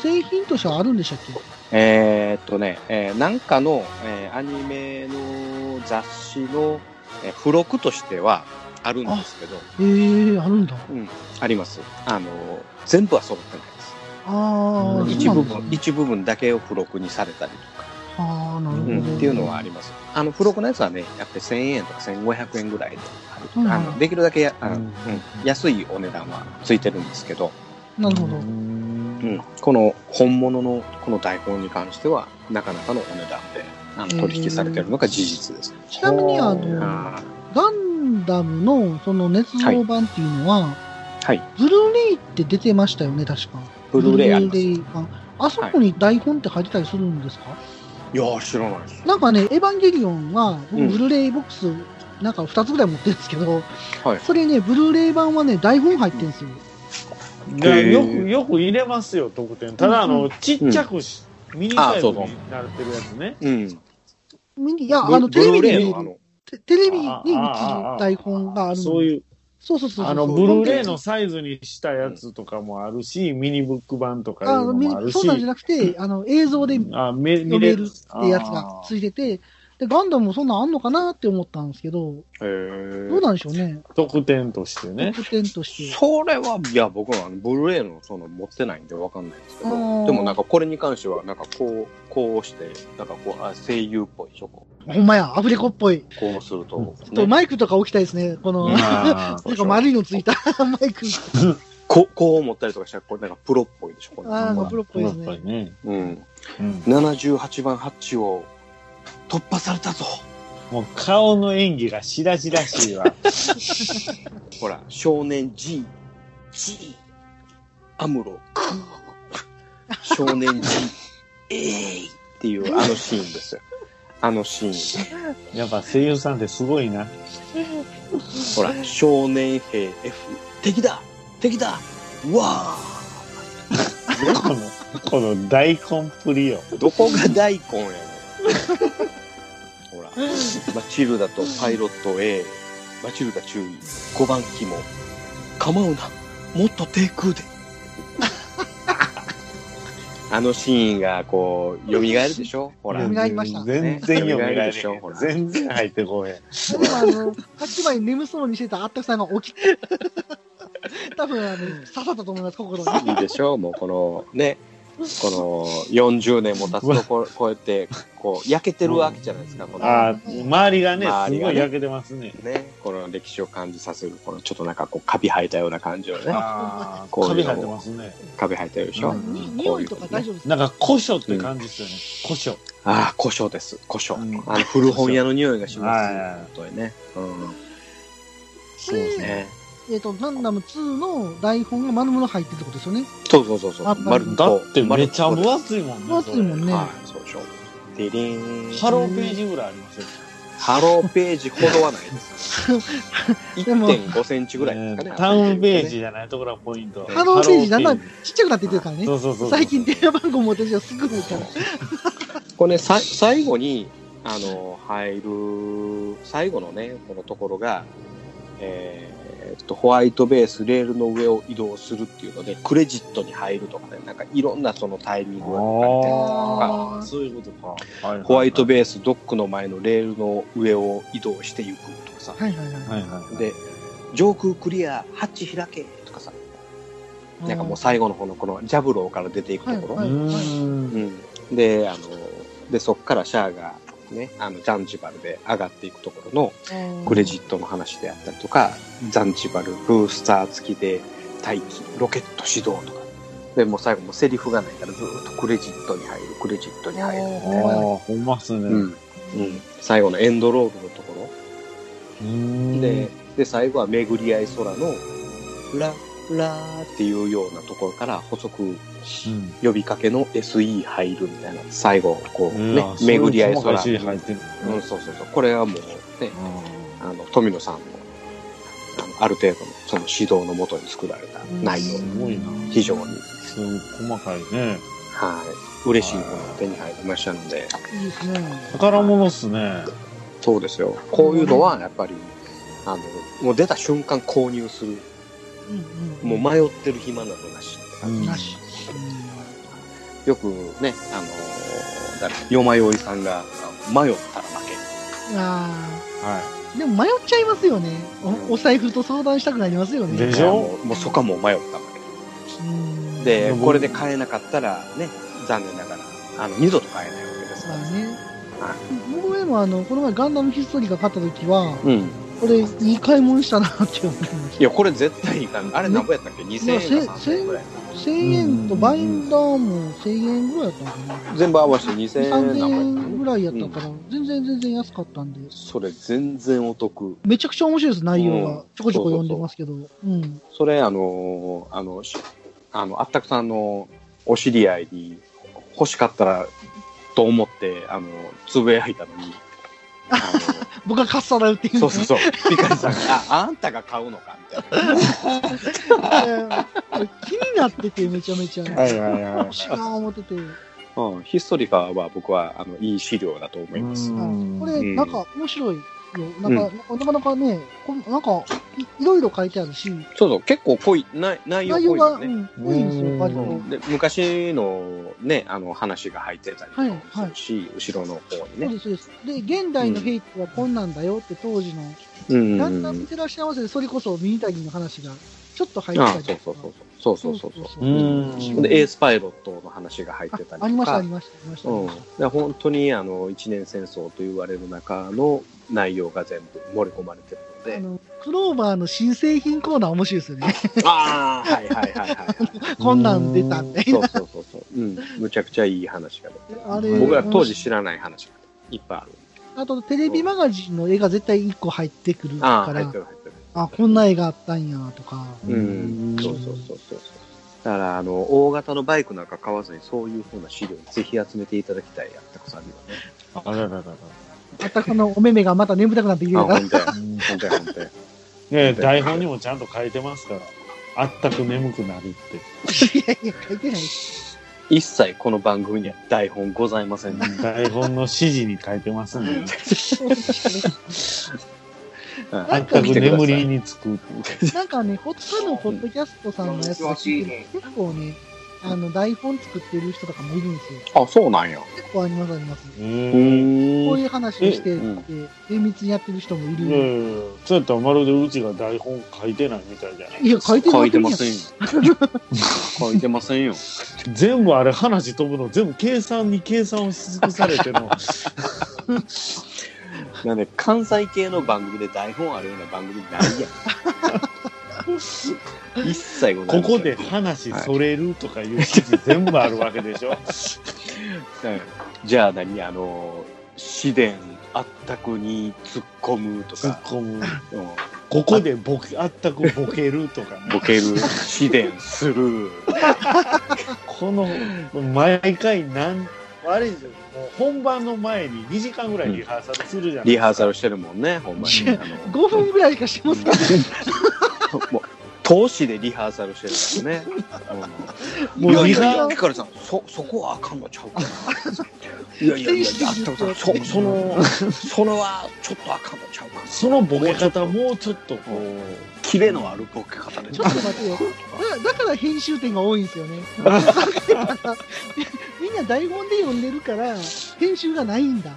Speaker 2: 製品としてはあるんでしたっけ
Speaker 4: えーっとね、えーなんかの、えーアニメの雑誌の、えー付録としてはあるんですけど、
Speaker 2: えー、あるんだ。
Speaker 4: あります。あの、全部は揃ってないです。
Speaker 2: あ
Speaker 1: うん
Speaker 2: あ、
Speaker 4: 一
Speaker 2: そうなん
Speaker 4: 部
Speaker 2: だ。
Speaker 4: 分、一部分だけを付録にされたりとか。
Speaker 2: ああ、なるほど、
Speaker 4: うんっていうのはあります。あの、付録のやつはね、やっぱり1000円とか1500円ぐらいである、
Speaker 2: うん
Speaker 4: あのできるだけやあ
Speaker 1: う
Speaker 4: の、うんん安いお値段はついてるんですけど、
Speaker 2: なるほど。
Speaker 4: うんこの本物のこの台本に関しては、なかなかのお値段であの取引されてるのが事実です。
Speaker 2: ちなみに、あの、
Speaker 4: あ
Speaker 2: ガンダムのその捏造版っていうのは、
Speaker 4: ーはい。
Speaker 2: ブルーレイって出てましたよね、確か。
Speaker 4: ブルーレイあります。い
Speaker 2: ブルーレイ版あそこに台本って入ってたりするんですか、
Speaker 4: やー、知らないです。
Speaker 2: なんかね、エヴァンゲリオンは、僕
Speaker 4: うん
Speaker 2: ブルーレイボックス、なんか2つぐらい持ってるんですけど、
Speaker 4: はい
Speaker 2: それね、ブルーレイ版はね、台本入ってるんですよ。
Speaker 1: いやよく、よく入れますよ、特典。ただ、あの、ちっちゃくし、ミニサイズになってるやつね。
Speaker 4: うん。
Speaker 2: ミニいや、
Speaker 4: ブ
Speaker 2: あの、テレビ
Speaker 4: ブルーレイ
Speaker 2: に
Speaker 4: のあ、の、
Speaker 2: テテレビに映る
Speaker 1: あああ
Speaker 2: 台本があるの
Speaker 1: そういう、
Speaker 2: そうそうそうそう。
Speaker 1: あの、ブルーレイのサイズにしたやつとかもあるし、ミニブック版とかい
Speaker 2: あ
Speaker 1: うの
Speaker 2: み
Speaker 1: もあるし
Speaker 2: そう、なんじゃなくて、あの、映像で読
Speaker 1: あ、め見
Speaker 2: め
Speaker 1: れ
Speaker 2: る
Speaker 1: る
Speaker 2: ってやつがついてて、で、ガンダムもそんなんあんのかなって思ったんですけど、
Speaker 4: えー
Speaker 2: どうなんでしょうね。
Speaker 1: 特典としてね。
Speaker 2: 特典として。
Speaker 4: それは、いや、僕はあのブルーレイのその持ってないんでわかんないですけど、
Speaker 2: あ
Speaker 4: で
Speaker 2: ー
Speaker 4: もなんかこれに関しては、なんかこう、こうして、なんかこう、あ声優っぽい、ちょこ
Speaker 2: ほんまや、アフレコっぽい。
Speaker 4: こうすると、
Speaker 2: ちょっと
Speaker 4: ね
Speaker 2: マイクとか置きたいですね。この、なん
Speaker 1: あー
Speaker 2: か丸いのついた マイク。
Speaker 4: こう、こう持ったりとかしたら、これなんかプロっぽいでしょ、これ。
Speaker 2: あー、プロっぽいです
Speaker 1: やっ
Speaker 2: ね。
Speaker 1: ぱりね。
Speaker 4: うん。
Speaker 1: うん
Speaker 4: 78番ハッチを突破されたぞ。
Speaker 1: もう顔の演技がしらじらしいわ。
Speaker 4: ほら、少年 G、G、アムロ、クー少年 G、えいっていうあのシーンですよ。あのシーン。
Speaker 1: やっぱ声優さんってすごいな。
Speaker 4: ほら、少年兵 F、敵だ敵だわ
Speaker 1: この、この大根っぷりよ。
Speaker 4: ーどこが大根やねん。 ほら、マチルダとパイロット A、マチルダ注意、5番肝、構うな、もっと低空で。 あのシーンがこう、蘇るでしょほら
Speaker 2: 蘇。りました
Speaker 1: 全然読みが
Speaker 4: ね蘇るでしょほら
Speaker 1: 全然入ってこへん。
Speaker 2: でもあの、8枚眠そうにしてたあったくさんが起きて、 多分あの、刺さったと思います、心に。
Speaker 4: いいでしょもうこの、ね、この40年も経つとこう、こうやって、こう、焼けてるわけじゃないですか、この。
Speaker 1: あー周りがね、
Speaker 4: 周
Speaker 1: す
Speaker 4: りが
Speaker 1: ご
Speaker 4: ね
Speaker 1: い焼けてますね。
Speaker 4: ね、この歴史を感じさせる、このちょっとなんかこう、カビ生えたような感じをね、
Speaker 1: ああ、
Speaker 4: こう
Speaker 1: カ
Speaker 4: い
Speaker 1: ビ
Speaker 4: うの
Speaker 1: 生えてますね。
Speaker 4: カビ生えたようでし
Speaker 1: う
Speaker 4: ょ。
Speaker 1: ん
Speaker 2: に
Speaker 4: こ
Speaker 2: 匂
Speaker 4: う
Speaker 2: いうとか
Speaker 4: ね
Speaker 2: 大丈夫ですか
Speaker 1: なんか古書って感じですよね。古書。
Speaker 4: ああ、胡椒です、胡椒。
Speaker 1: うん
Speaker 4: あの、古本屋の匂いがします
Speaker 1: はいはい
Speaker 4: よ、本当にね。う
Speaker 1: そうです
Speaker 4: ん。
Speaker 1: ね。
Speaker 4: ね。
Speaker 2: えっ、と、ガンダム2の台本が丸々入ってるってことですよね。
Speaker 4: そうそうそうそ
Speaker 2: あ
Speaker 4: う。丸っ
Speaker 1: だ
Speaker 4: こ
Speaker 1: ってめちゃ
Speaker 4: 丸っ
Speaker 1: 分
Speaker 4: こ
Speaker 1: 厚いもんね。
Speaker 2: 分厚いもんね
Speaker 4: はい、そうでしょ。ディリーン。
Speaker 1: ハローページぐらいありますよ。
Speaker 4: ハローページほどはないで す。
Speaker 2: でも
Speaker 4: 1.5センチぐらいですかね。
Speaker 1: タウンページじゃないところがポイント。
Speaker 2: ハローページだんだん
Speaker 1: ハローペ
Speaker 2: ちっちゃくなっていってるから
Speaker 1: ージ
Speaker 2: ね
Speaker 1: そ。うそうそう。
Speaker 2: 最近電話番号持ってる人すぐ見たら。
Speaker 4: これね、さ最後に、あの、入る、最後のね、このところが、えーっと、ホワイトベース、レールの上を移動するっていうので、クレジットに入るとかね、なんかいろんなそのタイミングが書かれてる
Speaker 1: あ
Speaker 2: あー
Speaker 1: あ、そういうことか。
Speaker 4: ホワイト
Speaker 1: ベ
Speaker 4: ベース、ドックの前のレールの上を移動していくとかさ、
Speaker 2: はいはいはい。
Speaker 1: はいはい。
Speaker 4: で、上空クリア、ハッチ開けとかさ、なんかもう最後の方のこのジャブローから出ていくところ、
Speaker 1: うーん。
Speaker 4: うん、であのでそっからシャアが、ね、あのザンジバルで上がっていくところのクレジットの話であったりとか、ザンジバルブースター付きで待機ロケット始動とかでもう最後もうセリフがないからずーっとクレジットに入るクレジットに入る、
Speaker 1: ああ、ほんまっすね。
Speaker 4: うん、うん、最後のエンドロールのところ、
Speaker 1: うん
Speaker 4: でで最後は巡り合い空のララーっていうようなところから補足
Speaker 1: うん
Speaker 4: 呼びかけの SE 入るみたいな最後こうね
Speaker 1: あそういう
Speaker 4: 巡り合い
Speaker 1: 細
Speaker 4: 空
Speaker 1: かい指示入ってる
Speaker 4: うん、そうそうそう。これはもうね、あの、富野さんの、あのある程度のその指導のもとに作られた内容、
Speaker 1: すごいな。
Speaker 4: 非常に、
Speaker 1: すごい細かいね。
Speaker 4: はい、嬉しいものが手に入りましたので、
Speaker 2: いいですね。
Speaker 1: 宝物っすね。
Speaker 4: そうですよ。こういうのはやっぱり、あの、もう出た瞬間購入する。
Speaker 2: うんうん。
Speaker 4: もう迷ってる暇などなし。
Speaker 1: うん
Speaker 2: なし。
Speaker 4: よくね、あの、誰か、よまよいさんが、迷ったら負け。
Speaker 2: うんあ
Speaker 1: は
Speaker 2: あ。でも迷っちゃいますよね。おお財布と相談したくなりますよね。
Speaker 1: でしょ
Speaker 4: もうもうそこはもう迷った負け。
Speaker 2: うん
Speaker 4: で、
Speaker 1: うん
Speaker 4: これで買えなかったらね、残念ながら、あの、二度と買えないわけです
Speaker 2: ま
Speaker 4: か
Speaker 2: あ
Speaker 4: ら。
Speaker 2: ね。僕でもあの、この前ガンダムヒストリーが買った時は、
Speaker 4: うん。
Speaker 2: これいい買い物したなって思いまし
Speaker 4: いや、これ絶対いいから、あれ何ぼやったっけ ?2000 円か3000円ぐらい。
Speaker 2: た。1000円とバインダーも1000円ぐらいだったのかな。
Speaker 4: 全部合わせて2000
Speaker 2: 3000
Speaker 4: 円何
Speaker 2: 円
Speaker 4: ぼ
Speaker 2: ぐ
Speaker 4: やっ
Speaker 2: らいやったから、全然全然安かったんで。
Speaker 4: たそれ全然お得。
Speaker 2: めちゃくちゃ面白いです、内容
Speaker 4: う
Speaker 2: が
Speaker 4: ん。
Speaker 2: ちょこちょこ読んでますけど。うん。
Speaker 4: それ、あのーあの、しあの、あったくさんのお知り合いに欲しかったらと思って、あの、つぶやいたのに、あ
Speaker 2: 僕がかっさらうっていう
Speaker 4: の、
Speaker 2: ね。
Speaker 4: そうそうそう、ピカリさんが、あ、あんたが買うのかみたいな。
Speaker 2: えー気になってて、めちゃめちゃ。
Speaker 1: い。はいはいはい
Speaker 2: 欲。しいな思ってて。
Speaker 4: うん、ヒストリカは僕は、あの、いい資料だと思います。
Speaker 2: こ
Speaker 1: うん
Speaker 2: れ、なんか面白いよ。なんか、なかなかね、これなんかい、いろいろ書いてあるし、
Speaker 4: そうそう、結構濃い、内内容
Speaker 2: 内容
Speaker 4: 濃
Speaker 2: が、
Speaker 4: いで
Speaker 2: う
Speaker 4: すね。
Speaker 2: ん、多いんで
Speaker 1: う
Speaker 2: すよ、
Speaker 1: ん
Speaker 2: 割と。
Speaker 1: うん
Speaker 4: で昔のね、あの話が入ってたり
Speaker 2: はい
Speaker 4: もするし、後ろの方に
Speaker 2: そう
Speaker 4: ね。
Speaker 2: です、そうです。で、現代の兵器はこんなんだよって当時の、
Speaker 4: うん
Speaker 2: だんだん照らし合わせで、それこそミニタリーの話がちょっと入っ
Speaker 4: あ
Speaker 2: てた
Speaker 4: そう
Speaker 2: りと
Speaker 4: そう
Speaker 2: か。
Speaker 4: そう。そうそうそうそう。
Speaker 1: うん
Speaker 4: で、エースパイロットの話が入ってたりと
Speaker 2: あ
Speaker 4: か。
Speaker 2: ありました、ありました、ありました。
Speaker 4: うん。で本当に、あの、一年戦争と言われる中の内容が全部盛り込まれてる
Speaker 2: あ
Speaker 4: ので。
Speaker 2: の、クローバーの新製品コーナー面白いですよね。
Speaker 4: ああ、はいはいはいはい はい。
Speaker 2: こんなん出たんで。
Speaker 4: そうそうそうそう。うん。むちゃくちゃいい話が出て。
Speaker 2: あれ、
Speaker 4: 僕ら当時知らない話がいっぱいある。
Speaker 2: あと、テレビマガジンの絵が絶対1個入ってくる
Speaker 4: あ
Speaker 2: か
Speaker 4: あ、入
Speaker 2: ら
Speaker 4: って、る入ってる。
Speaker 2: あこんな絵があったんや、とか。
Speaker 4: うんそうそうそうそうそう。だから、あの、大型のバイクなんか買わずに、そういうふうな資料にぜひ集めていただきたい、あったくさんにはね。
Speaker 1: あらららら。
Speaker 2: あったこのお目目がまた眠たくなってきて
Speaker 4: あ、
Speaker 2: るから。
Speaker 4: 本当や。
Speaker 1: うん
Speaker 4: 本当や、本当や。
Speaker 1: ね台本にもちゃんと書いてますから。あったく眠くなりって。
Speaker 2: いやいや、書いてない。
Speaker 4: 一切この番組には台本ございませんね。
Speaker 1: 台本の指示に書いてますんで、
Speaker 4: は
Speaker 1: あ
Speaker 4: い
Speaker 1: ったく眠りにつく。
Speaker 2: なんかね、他のポッドキャストさんのやつだけで結構ね、あの、台本作ってる人とかもいるんですよ。
Speaker 4: あ、そうなんや。
Speaker 2: 結構あります、あります。
Speaker 1: う
Speaker 4: う
Speaker 1: ーん。
Speaker 2: こう
Speaker 4: ー
Speaker 2: い
Speaker 4: ん。
Speaker 2: う話をして、
Speaker 4: う
Speaker 2: で
Speaker 4: ん
Speaker 2: 厳密にやってる人もい
Speaker 1: い
Speaker 2: る。
Speaker 1: やいやそうやったらまるでうちが台本書いてないみたいじゃない
Speaker 2: いや、書いて
Speaker 4: 書いて
Speaker 2: ま
Speaker 4: ま
Speaker 2: せ
Speaker 4: せ
Speaker 2: ん
Speaker 4: ん
Speaker 2: や
Speaker 4: よ。書いてませんよ。
Speaker 1: 全部あれ話飛ぶの全部計算に計算をし尽くされての
Speaker 4: なんで、関西系の番組で台本あるような番組ない やん。一切ござい
Speaker 1: こ
Speaker 4: ませ
Speaker 1: こ
Speaker 4: ん。
Speaker 1: で話それるとかいう指示全部あるわけでしょ
Speaker 4: はいじゃあ何あの紫伝あったくに 突っ込むと
Speaker 1: 突っ
Speaker 4: か、
Speaker 1: 込む
Speaker 4: うん
Speaker 1: ここでボケあったくボケるとか、
Speaker 4: ボケる紫伝する
Speaker 1: この毎回なんあれですよもう本番の前に2時間ぐらいリハーサルするじゃない
Speaker 4: リ
Speaker 1: ですか
Speaker 4: ハーサルしてるもんねほんまにあの
Speaker 2: 5分ぐらいしかしてませんけ
Speaker 4: もう投資でリハーサルしてるもんね
Speaker 1: もう
Speaker 4: い
Speaker 1: リ
Speaker 4: やいやいや
Speaker 1: ハ
Speaker 4: ピカルさんそそこはあかんのちゃうかないやいやいやあったくさんそそのそれはちょっとあかんのちゃうかな
Speaker 1: そのボケ方もうちょっとこう
Speaker 4: キレのあるボケ方で
Speaker 2: どちょっと待ってよ。だだから編集点が多いんですよ ね。みんな台本で読んでるから、編集がないんだ。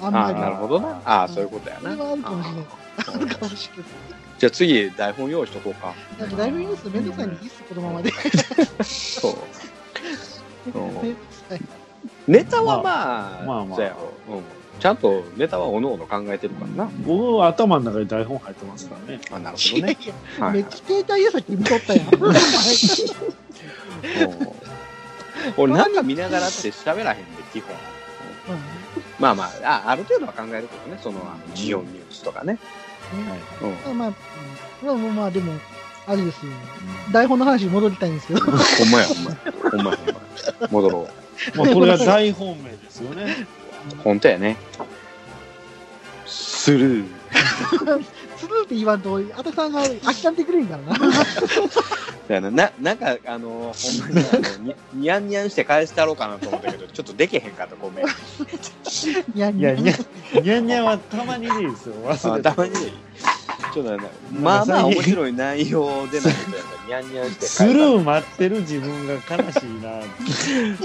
Speaker 2: あん
Speaker 4: あ
Speaker 2: ま
Speaker 4: あ
Speaker 2: り。
Speaker 4: なるほどなああそういうことや
Speaker 2: それ
Speaker 4: な
Speaker 2: はあるかもしれない。あるかもしれない。
Speaker 4: じゃあ次台本用意しとこうか
Speaker 2: なんかだいぶニュースめんどくさいにいいっす、このままで。
Speaker 4: そう。
Speaker 2: めんどくさい
Speaker 4: ネタはまあ、
Speaker 1: まあまあ
Speaker 4: そうやろうんちゃんとネタはおのおの考えてるからな。
Speaker 1: 僕は頭の中に台本入ってますからね
Speaker 4: あなる
Speaker 2: いやい
Speaker 4: ほ
Speaker 2: や、
Speaker 4: は
Speaker 2: め
Speaker 4: い
Speaker 2: っちゃ携帯やさっき見とったや ん。お前
Speaker 4: うん俺なんか見ながらって喋らへんで、基本。
Speaker 2: う
Speaker 4: まあまあ、あある程度は考えるけどね、その、あのジオンニュースとかね。うん
Speaker 2: まあまあ、まあまあまあ、でも、あれですよ。台本の話に戻りたいんですけど。
Speaker 4: ほんまや、ほんまや。ほんまや、ほんまや。戻ろ
Speaker 1: まあ、これが大本命ですよ ね。
Speaker 4: う。本当やね。
Speaker 3: スルー。
Speaker 2: スルーって言わんと、あたさんが諦めてくれんからな。
Speaker 4: だからな、なんか、あの、ほんまに、あのに、にやんにやんして返したろうかなと思ったけど、ちょっとできへんかった、ごめん。
Speaker 2: いや、い
Speaker 1: い
Speaker 2: や
Speaker 1: や、、にゃ、にゃんにゃんはたまにでいいですよ。忘
Speaker 4: あ
Speaker 1: れ
Speaker 4: た
Speaker 1: て。
Speaker 4: まに、ちょっとね、まあまあ面白い内容でないと、やっぱにゃんにゃんして返し
Speaker 1: ス
Speaker 4: た
Speaker 1: ル
Speaker 4: ろう
Speaker 1: ー待ってる自分が悲しいな。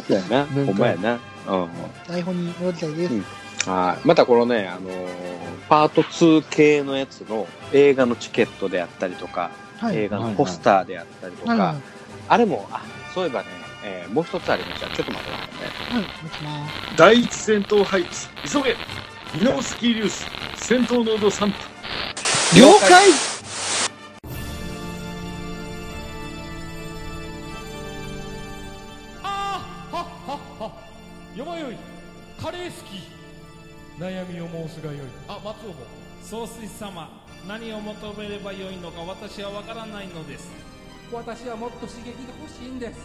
Speaker 4: そうやな。
Speaker 1: んか
Speaker 4: ほんまやな。うん。
Speaker 2: 台本に戻りたいです。
Speaker 4: はい。またこのね、あのーパート2系のやつの映画のチケットであったりとか、
Speaker 2: はい。
Speaker 4: 映画のポスターであったりとか、
Speaker 2: はい、はい。
Speaker 4: あれも、あ、そういえばね、えーもう一つありました。ちょっと待ってくださいね。
Speaker 2: はい、持ちます。
Speaker 5: 第一戦闘配置急げミノスキー粒子戦闘濃度3分
Speaker 4: 了解
Speaker 6: あーはっはっは山よいカレー好き悩みを申すがよいあ松尾も
Speaker 7: 総帥様何を求めればよいのか私は分からないのです
Speaker 6: 私はもっと刺激が欲しいんです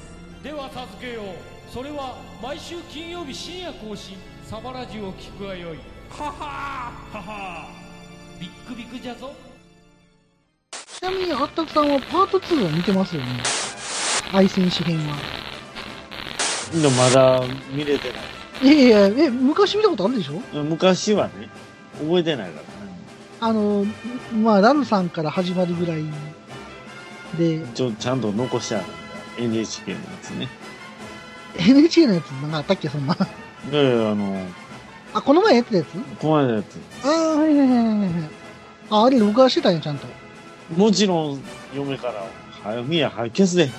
Speaker 6: では助けようそれは毎週金曜日深夜更新サバラジュを聞くがよいははーははービックビックじゃぞ
Speaker 2: ちなみに、あったくさんはパート2は見てますよね。愛戦士編は。
Speaker 1: のまだ見れてない
Speaker 2: やいやいや、え、昔見たことあるでしょ
Speaker 1: い。昔はね、覚えてないからね。
Speaker 2: あの、まあ、ラルさんから始まるぐらいで、
Speaker 1: ちょちゃんと残してあるんだ NHK のやつね。
Speaker 2: NHK のやつなんかあったっけ、そんな。
Speaker 1: で、あの、
Speaker 2: あ、この前やってたやつ
Speaker 1: この間のやつ。
Speaker 2: ああ、はいはいはいはいはい。あ、あれ録画してたんや、ちゃんと。
Speaker 1: もちろん、嫁から、はよ、みや、はよ、消すで、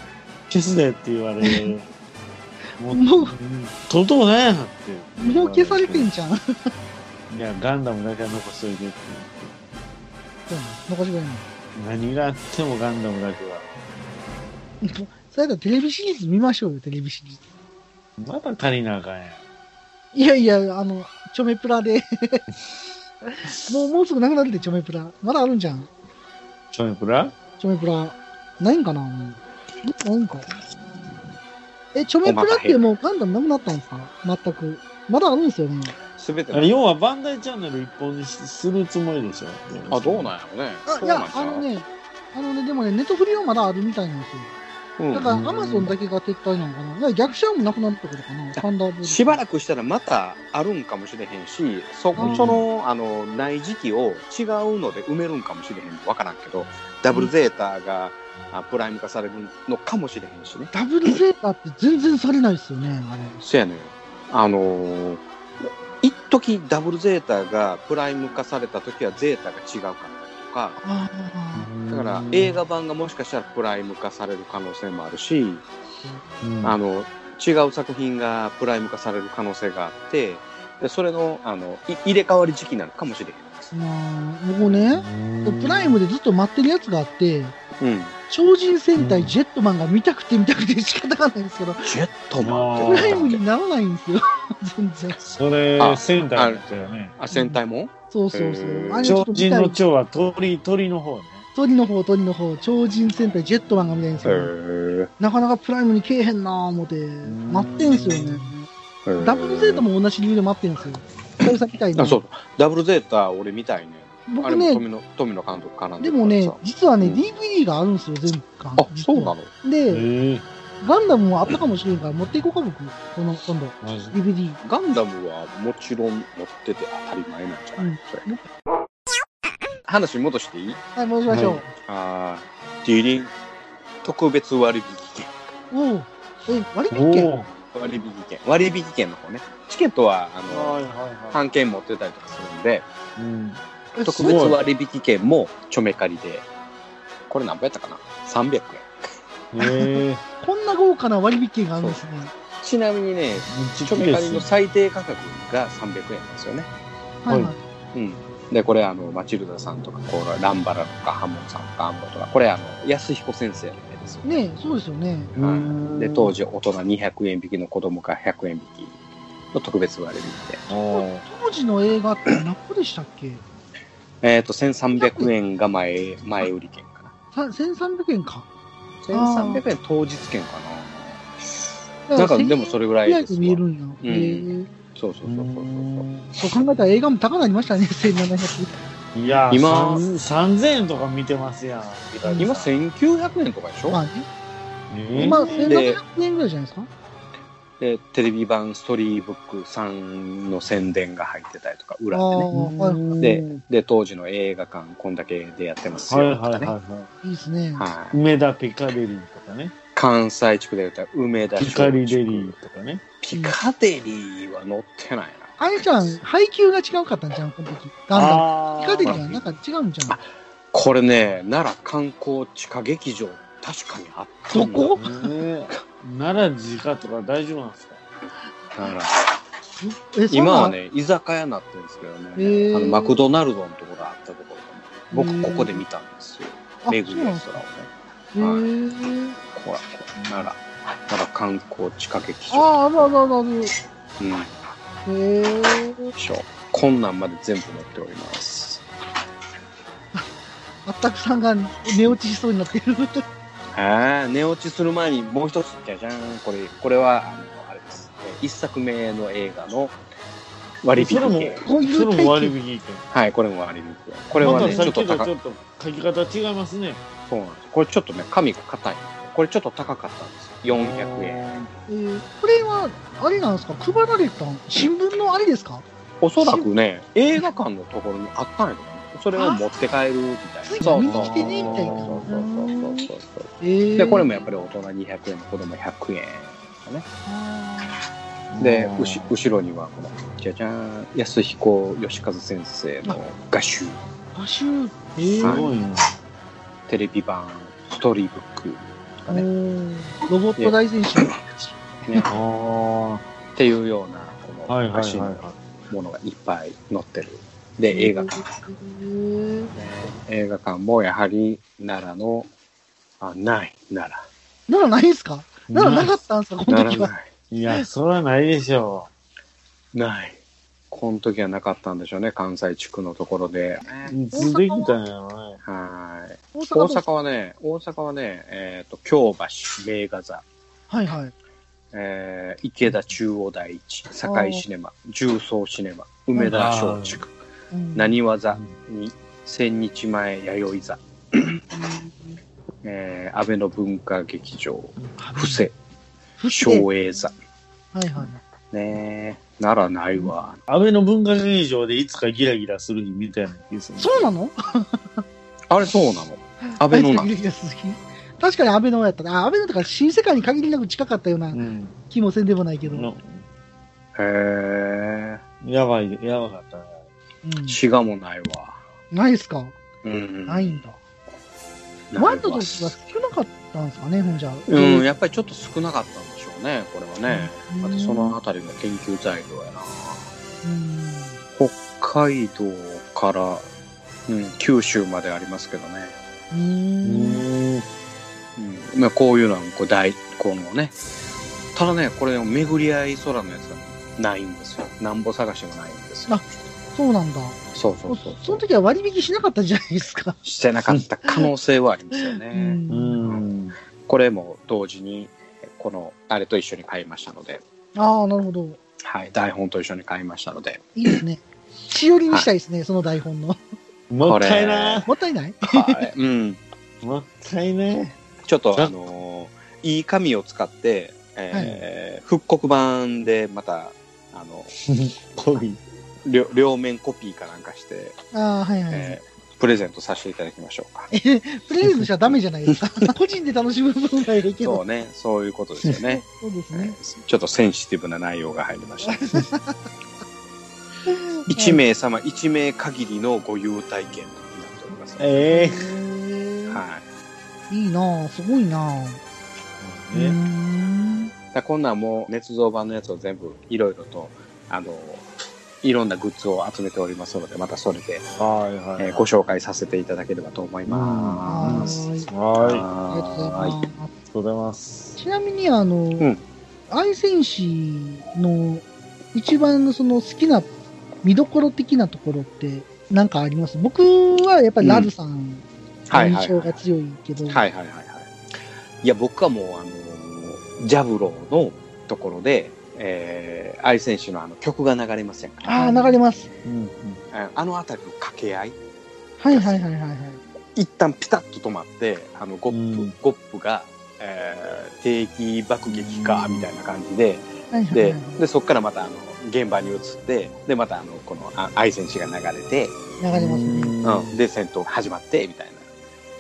Speaker 1: 消すでって言われ、も
Speaker 2: もう
Speaker 1: とうとうねって。
Speaker 2: もう消されてんじゃ ん。そう
Speaker 1: いや、ガンダムだけは残しといてって
Speaker 2: なの残しぐらいの。
Speaker 1: 言って。何があってもガンダムだけは。
Speaker 2: それだったらテレビシリーズ見ましょうよ、テレビシリーズ。
Speaker 1: まだ足りなあかんやん。
Speaker 2: いやいや、あの、チョメプラで。 もう、もうすぐなくなるで、チョメプラ。まだあるんじゃん。
Speaker 1: ちょいプラ
Speaker 2: チョメプラ。ないんかなもう。ないんか。え、チョメプラってもうガンダムなくなったんですか全く。まだあるんですよね。
Speaker 4: すべて
Speaker 1: あ
Speaker 4: の
Speaker 1: れ要はバンダイチャンネル一本にしするつもりでしょ。
Speaker 4: あ、どうなんやろね。
Speaker 2: あ、い
Speaker 4: そうなん
Speaker 2: や、
Speaker 4: ちゃ
Speaker 2: あ
Speaker 4: う
Speaker 2: の。ね、あのね、でもね、ネットフリはまだあるみたいなんですよ。
Speaker 4: うん
Speaker 2: だから、アマゾンだけが撤退なのかな。いや、逆者もなくなったことかな。サンダーボルト。
Speaker 4: しばらくしたらまたあるんかもしれへんし、そこ、
Speaker 2: うん
Speaker 4: その、あの、ない時期を違うので埋めるんかもしれへん。わからんけど、ダブルゼータが、あプライム化されるのかもしれへんしね。
Speaker 2: ダブルゼータって全然されないですよね、あれ。
Speaker 4: そやねん。あのー、一時ダブルゼータがプライム化された時はゼータが違うかったり
Speaker 2: ああ。
Speaker 4: とか、だから映画版がもしかしたらプライム化される可能性もあるし、
Speaker 1: うん
Speaker 4: あの違う作品がプライム化される可能性があってでそれのあのい入れ替わり時期なのかもしれ
Speaker 2: まあ、僕ね、プライムでずっと待ってるやつがあって、
Speaker 4: へん。うん、
Speaker 2: 超人戦隊ジェットマンが見たくて見たくて仕方がないんですけど、
Speaker 4: ジェット
Speaker 1: マン
Speaker 4: マ
Speaker 1: あ
Speaker 2: プ
Speaker 1: ーっ
Speaker 4: ンって
Speaker 2: ライム
Speaker 4: て
Speaker 2: にならないんですよ。 全然。
Speaker 1: それ、
Speaker 4: あ
Speaker 1: 仙台だったよね。
Speaker 4: あ戦隊も
Speaker 2: そうそうそう
Speaker 4: へ。ー
Speaker 2: あれちょ
Speaker 1: 超
Speaker 2: っと見
Speaker 1: 人
Speaker 2: た
Speaker 1: の
Speaker 2: い。
Speaker 1: 蝶は鳥、鳥の方ね。
Speaker 2: 鳥の方、鳥の方、超人戦隊ジェットマンが見たいんですよ。
Speaker 4: へ
Speaker 2: なかなかプライムにけえへんなぁ思って、待ってんすよね。
Speaker 4: え
Speaker 2: ダブルゼータも同じ理由で待ってるんですよ。久々みたいな
Speaker 4: あ。そうダブルゼータ俺見たいねあ
Speaker 2: 僕
Speaker 4: れも
Speaker 2: ね、
Speaker 4: 富野富野監督かなん
Speaker 2: でもね
Speaker 4: さ、
Speaker 2: 実はね、
Speaker 4: うん
Speaker 2: DVD があるんですよ、全巻。
Speaker 4: あそうなの
Speaker 2: ので、
Speaker 1: ええ
Speaker 2: ガンダムもあったかもしれんから持っていこうか、僕。この、今度、
Speaker 1: マジ
Speaker 2: DVD。
Speaker 4: ガンダムはもちろん持ってて当たり前なんじゃない、
Speaker 2: うん
Speaker 4: それ話戻していい
Speaker 2: はい、戻しましょう。
Speaker 4: あーディリン特別割引
Speaker 2: お
Speaker 4: 券
Speaker 2: うえ、割
Speaker 1: お
Speaker 2: 引券
Speaker 1: お。
Speaker 4: 割引券割引券の方ねチケットはあの
Speaker 1: いはい
Speaker 4: 半券持ってたりとかするんで
Speaker 1: い。うん。
Speaker 2: え
Speaker 4: 特
Speaker 2: す
Speaker 4: 別
Speaker 2: ごい
Speaker 4: 割引券もちょめ借りでこれ何倍やったかな300
Speaker 1: え
Speaker 4: 円
Speaker 1: え
Speaker 2: こんな豪華な割引券があるんですね。
Speaker 4: ちなみにねちょめ借りの最低価格が300円なんですよね
Speaker 1: は
Speaker 2: はいいはい。
Speaker 4: うんでこれあのマチルダさんとかこうランバラとかハモンさんとかアムロとかこれあの安彦先生の絵ですよね
Speaker 2: ねえそうですよね。
Speaker 4: で当時大人200円引きの子供が100円引きの特別割引で。
Speaker 2: 当時の映画って何個でしたっけ
Speaker 4: えっ、と、1300円が前、前売り券かな。
Speaker 2: さ ?1300 円か。
Speaker 4: 1300円当日券か
Speaker 2: だ
Speaker 4: な。なん
Speaker 2: ら
Speaker 4: かでもそれぐらいです
Speaker 2: 1500
Speaker 4: わ
Speaker 2: 円見えるんや。
Speaker 4: うん
Speaker 2: へえ
Speaker 4: そうそうそうそうそう。
Speaker 2: そう考えたら映画も高なりましたね、1700。
Speaker 1: いや今
Speaker 4: 今
Speaker 1: 3000円とか見てますやん
Speaker 4: 今1900円とかでしょ、
Speaker 2: まあね。
Speaker 1: 今
Speaker 2: 今、
Speaker 4: で
Speaker 2: 1700円ぐらいじゃないですか。
Speaker 4: でテレビ版ストーリーブックさんの宣伝が入ってたりとか、
Speaker 2: あ
Speaker 4: 裏
Speaker 2: あ
Speaker 4: でね。
Speaker 2: ー、はいは。
Speaker 4: でで、当時の映画館、こんだけでやってます
Speaker 1: はいは
Speaker 4: よ
Speaker 1: い
Speaker 4: とか
Speaker 1: はい
Speaker 4: ね。
Speaker 1: はい
Speaker 2: いいですね。
Speaker 4: はい
Speaker 1: い梅田ピカデリーとかね
Speaker 4: 関西地区で言ったら、梅田
Speaker 1: ピカリ
Speaker 4: 松
Speaker 1: デ
Speaker 4: 竹
Speaker 1: リーとかね
Speaker 4: ピカデリーは乗ってないな。
Speaker 2: あれちゃん、配給が違うかったんじゃん、この時。ガンダム。
Speaker 1: あ
Speaker 2: ピ
Speaker 1: ー
Speaker 2: カデリーはなんか違うんじゃん。
Speaker 4: これね、奈良観光地下劇場、確かにあったんだ
Speaker 2: どこ
Speaker 1: ねえ奈良直とか大丈夫なんですか
Speaker 4: 奈良
Speaker 2: え
Speaker 4: 今は。ね、居酒屋になってるんですけどね、
Speaker 2: へー
Speaker 4: あのマクドナルドのところあったところが
Speaker 2: へ
Speaker 4: ね、
Speaker 2: ー
Speaker 4: 僕ここで見たんですよ。
Speaker 2: そんな
Speaker 4: レ
Speaker 2: あそ
Speaker 4: グ
Speaker 2: う
Speaker 4: レ
Speaker 2: なんで
Speaker 4: ス
Speaker 2: す
Speaker 4: トランをね。
Speaker 2: へー
Speaker 4: ほら、ほら奈良、奈良観光地下劇場。
Speaker 2: あー、あるあるあるある。
Speaker 4: うん、
Speaker 2: へえ。
Speaker 4: しょこんなんまで全部載っております。
Speaker 2: あったくさんが寝落ちしそうになってる。
Speaker 4: ああ、寝落ちする前にもう一つ、じゃじゃーん。これ、これは、あの、あれです。え一作目の映画の割引
Speaker 1: それも
Speaker 4: 券。
Speaker 2: こういう
Speaker 1: それも割
Speaker 2: 体験
Speaker 1: 引券
Speaker 4: はい、これも割引券。こ
Speaker 1: こ
Speaker 4: れはね、ち
Speaker 1: さ
Speaker 4: ょ
Speaker 1: っ
Speaker 4: っと
Speaker 1: きと
Speaker 4: 高
Speaker 1: ちょっと書き方違いますね
Speaker 4: そうなんです。これちょっとね、紙が硬い。これちょっと高かったんですよ。400円。
Speaker 2: えーこれは、あれなんですか配られたん新聞のあれですか
Speaker 4: おそらくね、映画館のところにあったんやけどねそれを持って帰るみたいな。
Speaker 2: つい
Speaker 4: そう
Speaker 2: 見
Speaker 4: そう
Speaker 2: に来てねみたいな
Speaker 4: そうそうそうそうそう
Speaker 2: えー
Speaker 4: で、これもやっぱり大人200円、子供100円。
Speaker 2: あ
Speaker 4: で
Speaker 1: あ、ー
Speaker 4: うし後ろには、この、じゃじゃーん、安彦義和先生の画集、
Speaker 2: ー画集。え
Speaker 1: す
Speaker 2: ー
Speaker 1: ごいな
Speaker 4: テレビ版、ストーリーブックとか
Speaker 2: お
Speaker 4: ね、
Speaker 2: ーロボット大全集。
Speaker 4: ね
Speaker 1: ああは
Speaker 4: っていうような、こ
Speaker 1: いはい
Speaker 4: の、
Speaker 1: はい
Speaker 4: 足の
Speaker 1: は
Speaker 4: ものがいっぱい載ってる。で、映画館。
Speaker 2: えー
Speaker 4: 映画館もやはり、奈良の、あ、ない、奈
Speaker 2: ならないですか
Speaker 1: い
Speaker 2: ならなかったんですかこ
Speaker 4: 良。
Speaker 2: の
Speaker 4: 奈
Speaker 2: 時
Speaker 4: 良
Speaker 2: は
Speaker 4: な。い。
Speaker 1: いやそれはないでしょ
Speaker 4: ない。この時はなかったんでしょうね、関西地区のところで。
Speaker 1: ういつできたんやろね
Speaker 4: はーい。
Speaker 2: 大阪
Speaker 4: 大
Speaker 2: の
Speaker 4: 阪はね、大阪はね、えっ、と、京橋、名画座、
Speaker 2: はいはい。
Speaker 4: えー、池田中央第一、堺シネマ、重曹シネマ、梅田松竹、
Speaker 2: うん
Speaker 4: なにわ座に、千日前弥生座、えー、安倍の文化劇場、布施、
Speaker 2: 不
Speaker 4: 松栄座。
Speaker 2: はいはい。
Speaker 4: ねえ、ならないわ。
Speaker 1: 安倍の文化劇場でいつかギラギラする日みたいな気がする
Speaker 2: そうなの
Speaker 4: あれそうなの安倍のな
Speaker 2: 大好きです鈴木 確かに安倍のやったな。あ安倍のとか新世界に限りなく近かったような
Speaker 1: うん
Speaker 2: 気もせんでもないけど。うん
Speaker 1: の
Speaker 4: へ
Speaker 1: やばいやばかったね
Speaker 4: え、滋賀もないわ。
Speaker 2: ないっすか
Speaker 4: うん
Speaker 2: ないんだ。
Speaker 4: ないわ
Speaker 2: ワンの時は少なかったんですかね、ほんじゃ。
Speaker 4: うん、やっぱりちょっと少なかったんでしょうね、これはね。
Speaker 2: うん
Speaker 4: またそのあたりの研究材料やな。
Speaker 2: うん
Speaker 4: 北海道から、うん、九州までありますけどね。
Speaker 2: う。
Speaker 1: うんん
Speaker 4: うん、まあこういうのはこう大、今後ね。ただね、これ、巡り合い空のやつがないんですよ。なんぼ探してもないんですよ
Speaker 2: あ。そうなんだ。
Speaker 4: そうそうそう。
Speaker 2: その時は割引しなかったじゃないですか。
Speaker 4: してなかった可能性はありますよ
Speaker 2: う。
Speaker 4: ね。
Speaker 1: うんん
Speaker 4: これも同時に、この、あれと一緒に買いましたので、
Speaker 2: ああ、なるほど。
Speaker 4: はい、台本と一緒に買いましたので、
Speaker 2: いいです ね。しおりにしたいですね、その台本の。
Speaker 1: もったいな
Speaker 2: もったいない
Speaker 4: はい、うん。
Speaker 1: もったいね
Speaker 4: ちょっと、
Speaker 1: じゃ
Speaker 4: あのーいい紙を使って、えー復刻版でまた、あの、
Speaker 1: コビ
Speaker 4: 両両面コピーかなんかして、
Speaker 2: ああ、はいはい。
Speaker 4: えープレゼントさせていただきましょうか。
Speaker 2: プレゼントしちゃダメじゃないです か。個人で楽しむ分がいいけ
Speaker 4: そう
Speaker 2: ど。
Speaker 4: ね、そういうことですよ ね。
Speaker 2: そうです
Speaker 4: え
Speaker 2: ね。
Speaker 4: ーちょっとセンシティブな内容が入りました。1名様、1名限りのご優待券になっております。
Speaker 1: え
Speaker 2: へー
Speaker 4: はい。
Speaker 2: いいなあすごいなあ
Speaker 1: えね
Speaker 2: うーん
Speaker 4: だからこんなんもう、捏造版のやつを全部、いろいろと、あの、いろんなグッズを集めておりますので、またそれで、
Speaker 1: はいはい
Speaker 4: えーご紹介させていただければと思い
Speaker 2: は
Speaker 4: ます。
Speaker 2: ーい。
Speaker 1: は
Speaker 2: ありがとうございま
Speaker 4: は
Speaker 2: す。
Speaker 1: いありがとうございます
Speaker 2: ちなみに、あの、
Speaker 4: ん
Speaker 2: 愛戦士の一番その好きな見どころ的なところってなんかあります僕はやっぱりラルさんの
Speaker 4: はいは
Speaker 2: 印
Speaker 4: いは
Speaker 2: 象
Speaker 4: い。
Speaker 2: が強いけど、
Speaker 4: はいはいはいはい。いや、僕はもう、あの、ジャブローのところで、えー、愛選手のあの曲が流れませんか。
Speaker 2: ああ、流れます。
Speaker 1: うん
Speaker 4: ああのあたりの掛け合い。
Speaker 2: はいはいはいはいはい。
Speaker 4: 一旦ピタッと止まって、あの、ゴップ、
Speaker 1: うん
Speaker 4: ゴップが、えー、定期爆撃か、みたいな感じで、
Speaker 2: はいはいはい
Speaker 4: で
Speaker 2: は
Speaker 4: でそこからまたあの現場に移ってでまたあのこのあ愛選手が流れて、
Speaker 2: い。流れますね。
Speaker 4: うん、で戦闘始まってみたい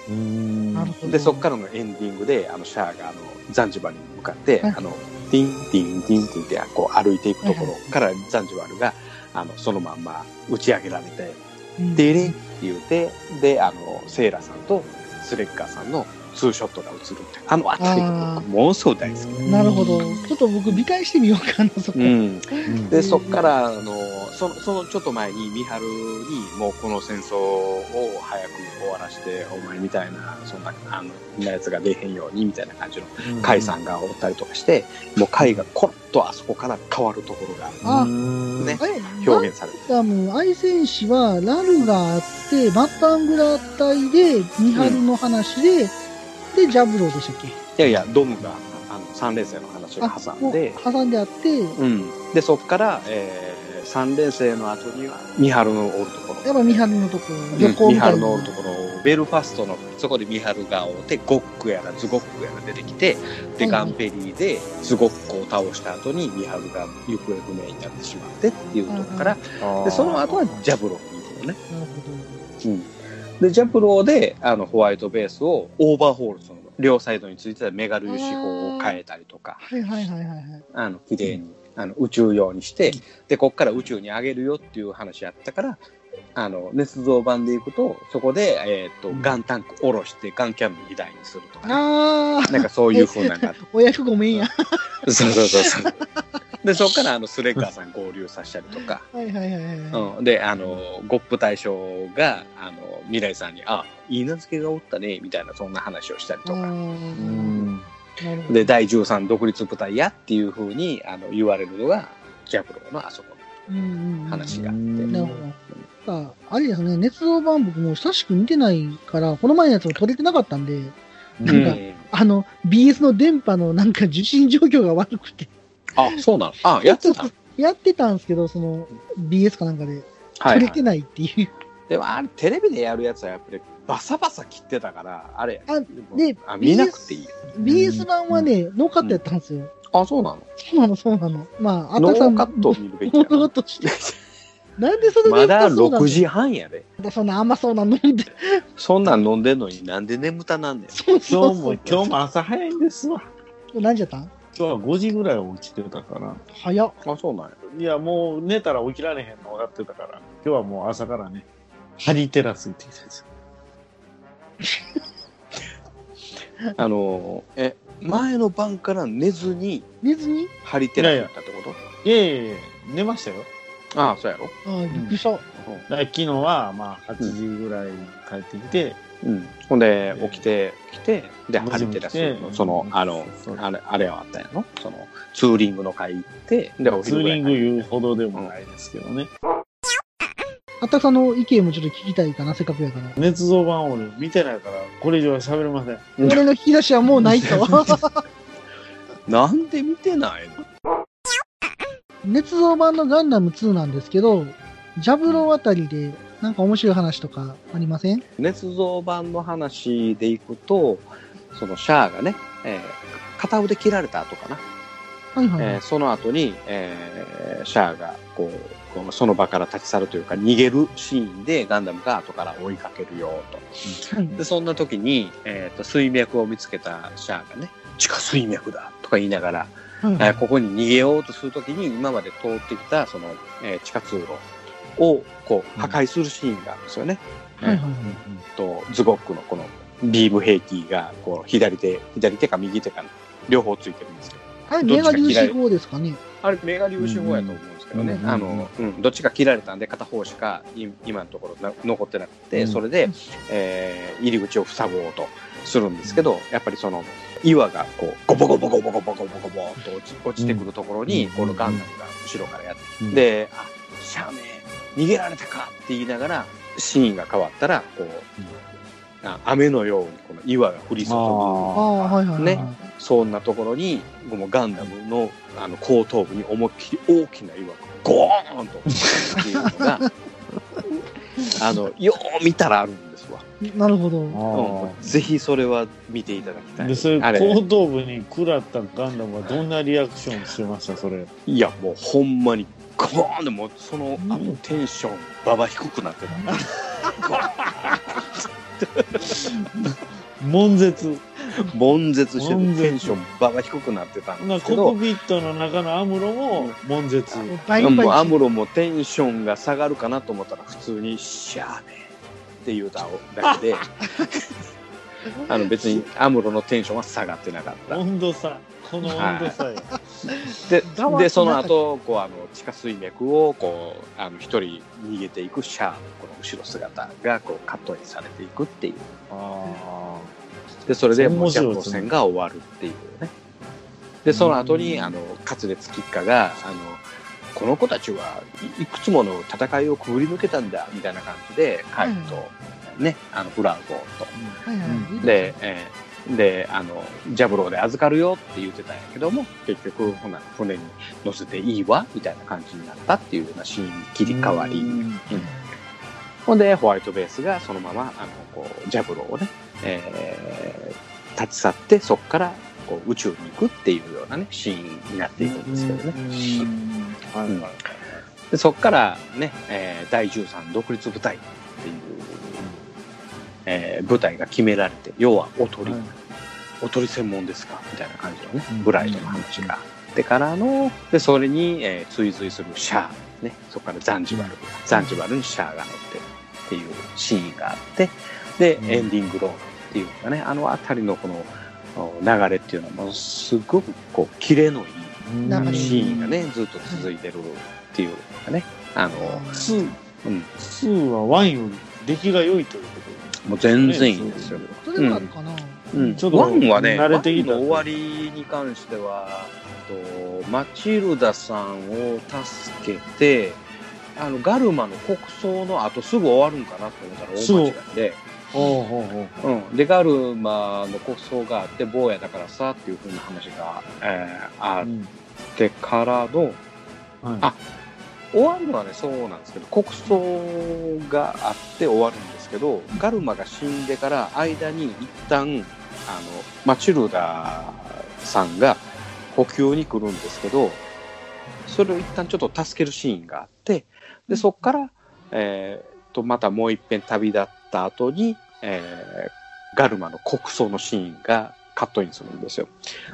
Speaker 1: うん
Speaker 2: なるほ
Speaker 4: な
Speaker 2: ど。
Speaker 4: でそこからのエンディングであのシャアがあのザンジバルに向かって、
Speaker 2: はい
Speaker 4: あのディンディンディンディンってこう歩いていくところからザンジバルがあのそのまんま打ち上げられて「デレン」って言うてであのセイラさんとスレッガーさんのツーショットが映るってあのあたりが
Speaker 2: あー
Speaker 4: 僕ものすごい大好き。
Speaker 2: うんなるほど。ちょっと僕見返してみようかな、そこ。
Speaker 4: うん、
Speaker 1: うん
Speaker 4: で、そっから、あの、その、そのちょっと前に、三春に、もうこの戦争を早く終わらして、お前みたいな、そんな、あの、みんなやつが出へんように、みたいな感じの、甲斐さんがおったりとかして、もう甲斐がコロッとあそこから変わるところが
Speaker 2: あ
Speaker 1: う、ん
Speaker 4: ね
Speaker 2: あれ、ガ
Speaker 4: 表
Speaker 2: ン
Speaker 4: 現されてる。
Speaker 2: ダム、愛戦士は、ラルがあって、マッタングラ隊で、ミハルの話で、で、ジャブローでしたっけ
Speaker 4: いやいや、ドムが、あの、3連戦の話を挟んで
Speaker 2: あ、もう挟んであって、
Speaker 4: うん。で、そっから、え3連戦の後には、三春のおるところ。
Speaker 2: やっぱミハルのところ、旅行
Speaker 4: ミ
Speaker 2: み
Speaker 4: ハ
Speaker 2: たい
Speaker 4: ル
Speaker 2: な。
Speaker 4: のところベルファストのそこでミハルがおってゴックやらズゴックやら出てきてで
Speaker 2: はいは
Speaker 4: ガ
Speaker 2: い
Speaker 4: ンペリーでズゴックを倒した後にミハルが行方不明になってしまってっていうところからでその後はジャブローに行くのね、
Speaker 2: なる
Speaker 4: でジャブローであのホワイトベースをオーバーホールその両サイドについてたメガル油脂法を変えたりとか
Speaker 2: ほど。はいはいはいはいはい。
Speaker 4: あの綺麗にあの宇宙用にしてでこっから宇宙に上げるよっていう話やったからあの捏造版でいくとそこで、えー、とガンタンク下ろしてガンキャノン偉大にするとかね、
Speaker 2: あ
Speaker 4: なんかそういうふうなのがあっ
Speaker 2: ー、お役ごめんや。
Speaker 4: てそうそうそうそうでそっからあのスレッガーさん合流させたりとか、
Speaker 2: はいはいはいはいはい。
Speaker 4: うん、であのゴップ大将があの未来さんに「あいいなずけがおったね」みたいなそんな話をしたりとか。
Speaker 1: う
Speaker 2: あ
Speaker 1: ん
Speaker 2: ーなるほど
Speaker 4: で第13独立部隊やっていうふうにあの言われるのがジャブローのあそこ
Speaker 2: うんうんうん
Speaker 4: の話があって、
Speaker 2: なるほど。なんかあれですね、熱動版僕もう久しく見てないから、この前のやつも撮れてなかったんで、
Speaker 4: うん
Speaker 2: なんかあの、BS の電波のなんか受信状況が悪くて、
Speaker 4: あ、そうなのあ、やってたの
Speaker 2: やってたんですけど、その、BS かなんかで、
Speaker 4: は
Speaker 2: 撮
Speaker 4: い、
Speaker 2: れ
Speaker 4: は
Speaker 2: て
Speaker 4: い。
Speaker 2: ないっていう。
Speaker 4: でもあれ、テレビでやるやつはやっぱりバサバサ切ってたから、あれ、
Speaker 2: あ
Speaker 4: で
Speaker 2: で
Speaker 4: もあ見なくていいよ。
Speaker 2: BS 版はね、ノーカットやったんですよ。
Speaker 4: あ、そうなの
Speaker 2: そうなの、そうなの。まあ、あ
Speaker 4: ノ
Speaker 2: たさん
Speaker 4: ーカ
Speaker 2: も、
Speaker 4: ットを見るべき
Speaker 2: 物
Speaker 4: やな。
Speaker 2: 事として。なんでそれ
Speaker 4: まだ
Speaker 2: そうなの
Speaker 4: 6時半やで。
Speaker 2: またそんな甘そうなの飲んで。
Speaker 4: そんなん飲んでんのになんで眠たなんねん。
Speaker 2: そうそ
Speaker 1: 今
Speaker 2: う
Speaker 1: 日
Speaker 2: そ
Speaker 1: も、
Speaker 2: う。
Speaker 1: 今日も朝早いんですわ。
Speaker 2: 何時やったん
Speaker 1: 今日は5時ぐらい起きてたかな。
Speaker 2: 早っ。
Speaker 4: あ、そうなんや。
Speaker 1: いや、もう寝たら起きられへんの分かってたから、今日はもう朝からね、ハリテラス行ってきたんですよ。
Speaker 4: あの、え、前の晩から寝ずに
Speaker 2: 寝ずに
Speaker 4: 張り手らったってこと
Speaker 1: いやいやいや、寝ましたよ。
Speaker 4: あそうやろ。
Speaker 2: ああ、びっくりした。
Speaker 1: だから昨日は、まあ、8時ぐらいに帰ってきて、
Speaker 4: うん。ほんで、起きて、来て、で、
Speaker 1: うん
Speaker 4: 張り手らす
Speaker 1: う。ん
Speaker 4: その、あの
Speaker 1: そう、
Speaker 4: あれ、あれはあったんやろその、ツーリングの会行って、で、お
Speaker 1: ツ
Speaker 4: 昼
Speaker 1: ー
Speaker 4: ぐら
Speaker 1: リ
Speaker 4: い
Speaker 1: ン
Speaker 4: に
Speaker 1: グ言うほどでもないですけどね。
Speaker 2: あたさんの意見もちょっと聞きたいかな、せっかくやから。
Speaker 1: 捏造版俺見てないから、これ以上は喋れません。
Speaker 4: うん
Speaker 2: 俺の引き出しはもうない と。
Speaker 4: なんで見てないの
Speaker 2: 熱造版のガンダム2なんですけど、ジャブローあたりで、なんか面白い話とかありません
Speaker 4: 捏造版の話でいくとそのシャアがね、えー片腕切られた後かな、
Speaker 2: はいはい。
Speaker 4: えーその後に、えーシャアがこうこうその場から立ち去るというか逃げるシーンでガンダムが後から追いかけるよと、
Speaker 2: うん
Speaker 4: でそんな時に、えーと水脈を見つけたシャアがね地下水脈だとか言いながら、
Speaker 2: はいはい
Speaker 4: えーここに逃げようとするときに今まで通ってきたその、えー地下通路をこう破壊するシーンがあるんですよね、
Speaker 2: はいはい
Speaker 4: えっとズゴックのこのビーム兵器がこう左手左手か右手か両方ついてるんですけど
Speaker 2: あれ、
Speaker 4: どっ
Speaker 2: メ
Speaker 4: ち
Speaker 2: ガ
Speaker 4: が嫌い
Speaker 2: 粒子号ですかね
Speaker 4: あれメガ粒子砲やと思うんですけどね、
Speaker 1: うん
Speaker 4: あのうん、どっちか切られたんで片方しかい今のところな残ってなくて、
Speaker 1: うん
Speaker 4: それで、えー入り口を塞ごうとするんですけどやっぱりその岩がこうゴボゴボゴボゴボゴボゴボっと落ち落ちてくるところに、
Speaker 1: うん
Speaker 4: このガンダムが後ろからやって
Speaker 3: う
Speaker 4: き
Speaker 3: ん
Speaker 4: で、あ、シャーメン、逃げられたかって言いながら、シーンが変わったら、こう、あ雨のようにこの岩が降り注
Speaker 2: あ
Speaker 4: ぐ、
Speaker 2: あ、はいはいはい。
Speaker 4: ねそんなところに、もうガンダムのあの後頭部に思いっきり大きな岩がゴーンと落ちてっていうのが、 あの、よう見たらあるんですわ。
Speaker 2: なるほど。
Speaker 4: うんぜひそれは見ていただきたい。
Speaker 1: でそれ
Speaker 4: あれ
Speaker 1: 後頭部に食らったガンダムはどんなリアクションしてましたそれ
Speaker 4: いや、もうほんまに、ゴーンでもうその、あのテンション、ババ低くなってた。
Speaker 1: 悶絶
Speaker 4: 悶絶して
Speaker 1: 悶
Speaker 4: て、
Speaker 1: 絶
Speaker 4: テンション、ババ低くなってたん
Speaker 1: な
Speaker 4: です
Speaker 1: コ
Speaker 4: けど
Speaker 1: ッ、クピットの中のアムロも悶絶
Speaker 2: バイバイ。
Speaker 4: もうアムロもテンションが下がるかなと思ったら、普通に、シャーメンって言うただ けで、あの別にアムロのテンションは下がってなかった。
Speaker 1: 温度差この温度差や
Speaker 4: で
Speaker 2: 我慢しなかった
Speaker 4: でその後こうあの地下水脈をこうあの一人逃げていくシャーのこの後ろ姿がこうカットインされていくっていうでそれでもう
Speaker 1: 面
Speaker 4: ジ
Speaker 1: 白い
Speaker 4: ャン
Speaker 1: で
Speaker 4: プ
Speaker 1: すね
Speaker 4: 戦が終わるっていうねでその後にあの勝烈吉家があのこの子たちはいいくつもの戦いをくぐり抜けたんだみたいな感じでカイトと、ねあのフランコと
Speaker 2: はいはい。
Speaker 4: で、えーで、あの、ジャブローで預かるよって言ってたんやけども、結局、ほな、船に乗せていいわ、みたいな感じになったっていうようなシーンに切り替わり、
Speaker 1: うん
Speaker 4: ほんで、ホワイトベースがそのまま、あの、こう、ジャブローをね、えー立ち去って、そこから、こう、宇宙に行くっていうようなね、シーンになっていくんですけどね。
Speaker 1: はいはい
Speaker 4: でそこからね、えー第13独立部隊っていう、えー部隊が決められて要はおとり、
Speaker 1: はい
Speaker 4: おとり専門ですかみたいな感じのね、
Speaker 1: うん
Speaker 4: ブライドの話があってからのでそれに、えー追随するシャア、ね、そこからザンジバル、ザンジバルにシャアが乗ってるっていうシーンがあってで、
Speaker 1: うん
Speaker 4: エンディングローンっていうかねあの辺りのこのお流れっていうのはものすごくこうキレのいい
Speaker 1: うん
Speaker 2: なんかね
Speaker 4: シーンがね、ずっと続いてるっていうのがね、あの、
Speaker 1: ツー
Speaker 4: うん、
Speaker 1: ツーはワインより出来が良いということで
Speaker 4: もう全然いいんですよ。
Speaker 2: それでもあるかな。
Speaker 4: うん、
Speaker 1: ちょっと
Speaker 4: ワンはね、
Speaker 1: 慣れてきた
Speaker 4: ワンの終わりに関しては、えっとマチルダさんを助けて、あの、ガルマの国葬の後すぐ終わるんかなと思ったら大間違いで、
Speaker 1: ほうほうほう
Speaker 4: うん、でガルマの国葬があって坊やだからさっていう風な話が、えーあ
Speaker 1: うん
Speaker 4: ってからの、
Speaker 1: はい
Speaker 4: あ終わるのはねそうなんですけど国葬があって終わるんですけどガルマが死んでから間に一旦あのマチルダさんが補給に来るんですけどそれを一旦ちょっと助けるシーンがあってでそこから、えーとまたもう一遍旅立った後に、えーガルマの国葬のシーンがカットインするんですよ。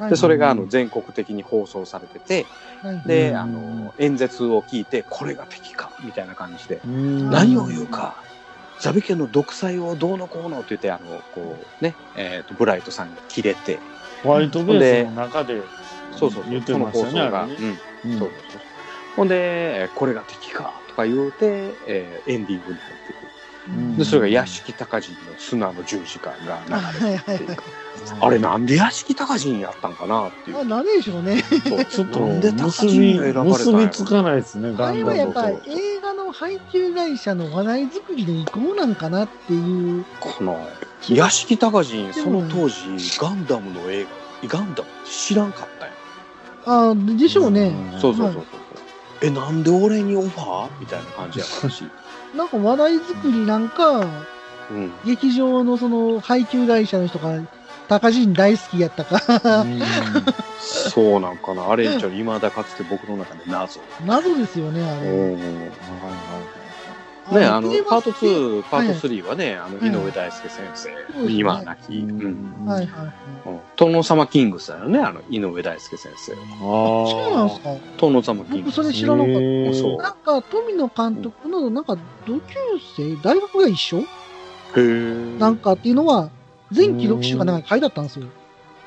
Speaker 4: でそれがあの全国的に放送されてて、
Speaker 2: はい、
Speaker 4: で、
Speaker 1: うん
Speaker 4: あの演説を聞いてこれが敵かみたいな感じで
Speaker 1: うん
Speaker 4: 何を言うかザビ家の独裁をどうのこうのって言ってあのこうね、えーとブライトさんが切れて
Speaker 1: ホワイトベースの中で
Speaker 4: そうそうそう
Speaker 1: 言って
Speaker 4: この
Speaker 1: まし
Speaker 4: 放
Speaker 1: た
Speaker 4: 送
Speaker 1: ね
Speaker 4: が、
Speaker 1: あれね
Speaker 4: うん
Speaker 1: うん
Speaker 4: そうそうそうほんでえーこれが敵かとか言うて、えーエンディングに入っていくでそれが屋敷隆人の砂の十字架が流
Speaker 2: は
Speaker 4: れ
Speaker 2: いはい
Speaker 4: て
Speaker 2: はい
Speaker 4: いく。あれなんで屋敷隆人やったんかなってい
Speaker 2: あ、
Speaker 4: う
Speaker 2: なんででしょうね。
Speaker 4: そう
Speaker 1: ちょっと
Speaker 4: なんで
Speaker 1: 結
Speaker 4: 隆
Speaker 1: び
Speaker 4: 人が選ばれた
Speaker 1: 結
Speaker 4: んや
Speaker 1: び
Speaker 4: ろ
Speaker 1: つかないですね
Speaker 2: あ
Speaker 1: ガ
Speaker 2: れ
Speaker 1: ンダ
Speaker 2: は
Speaker 1: ム
Speaker 2: やっ
Speaker 1: と
Speaker 2: ぱり映画の配給会社の話題作りの意向なんかなっていう。
Speaker 4: この屋敷隆人その当時ガンダムの映画ガンダムって知らんかったよ、
Speaker 2: あでしょうね。
Speaker 1: ん
Speaker 4: そうそうそうそうえなんで俺にオファーみたいな感じやったし、
Speaker 2: なんか話題作りなんか、
Speaker 4: うん、
Speaker 2: 劇場のその配給会社の人が、高人大好きやったか、
Speaker 4: そうなんかなあれちょいまだかつて僕の中で謎
Speaker 2: 謎ですよね、あ
Speaker 4: う
Speaker 2: れ。
Speaker 4: んね
Speaker 2: れ
Speaker 4: あの
Speaker 2: テレビ
Speaker 4: パート
Speaker 2: 版って
Speaker 4: 2パー
Speaker 2: はい
Speaker 4: ト3はね、あの
Speaker 2: はい
Speaker 4: 井上大輔先生、
Speaker 2: そうですね
Speaker 4: 今は亡き、うん
Speaker 2: はいはい。
Speaker 4: うん、殿様キングスだよねあの井上大輔先生
Speaker 2: そうなんですか
Speaker 4: 殿様キング
Speaker 2: 僕
Speaker 4: ス
Speaker 2: それ知らなかった。
Speaker 1: た
Speaker 4: そう
Speaker 2: なんか、富野監督の、なんか、同級生、大学が一緒
Speaker 4: へー
Speaker 2: なんかっていうのは、全記録集がなんか書いてあったんですよ。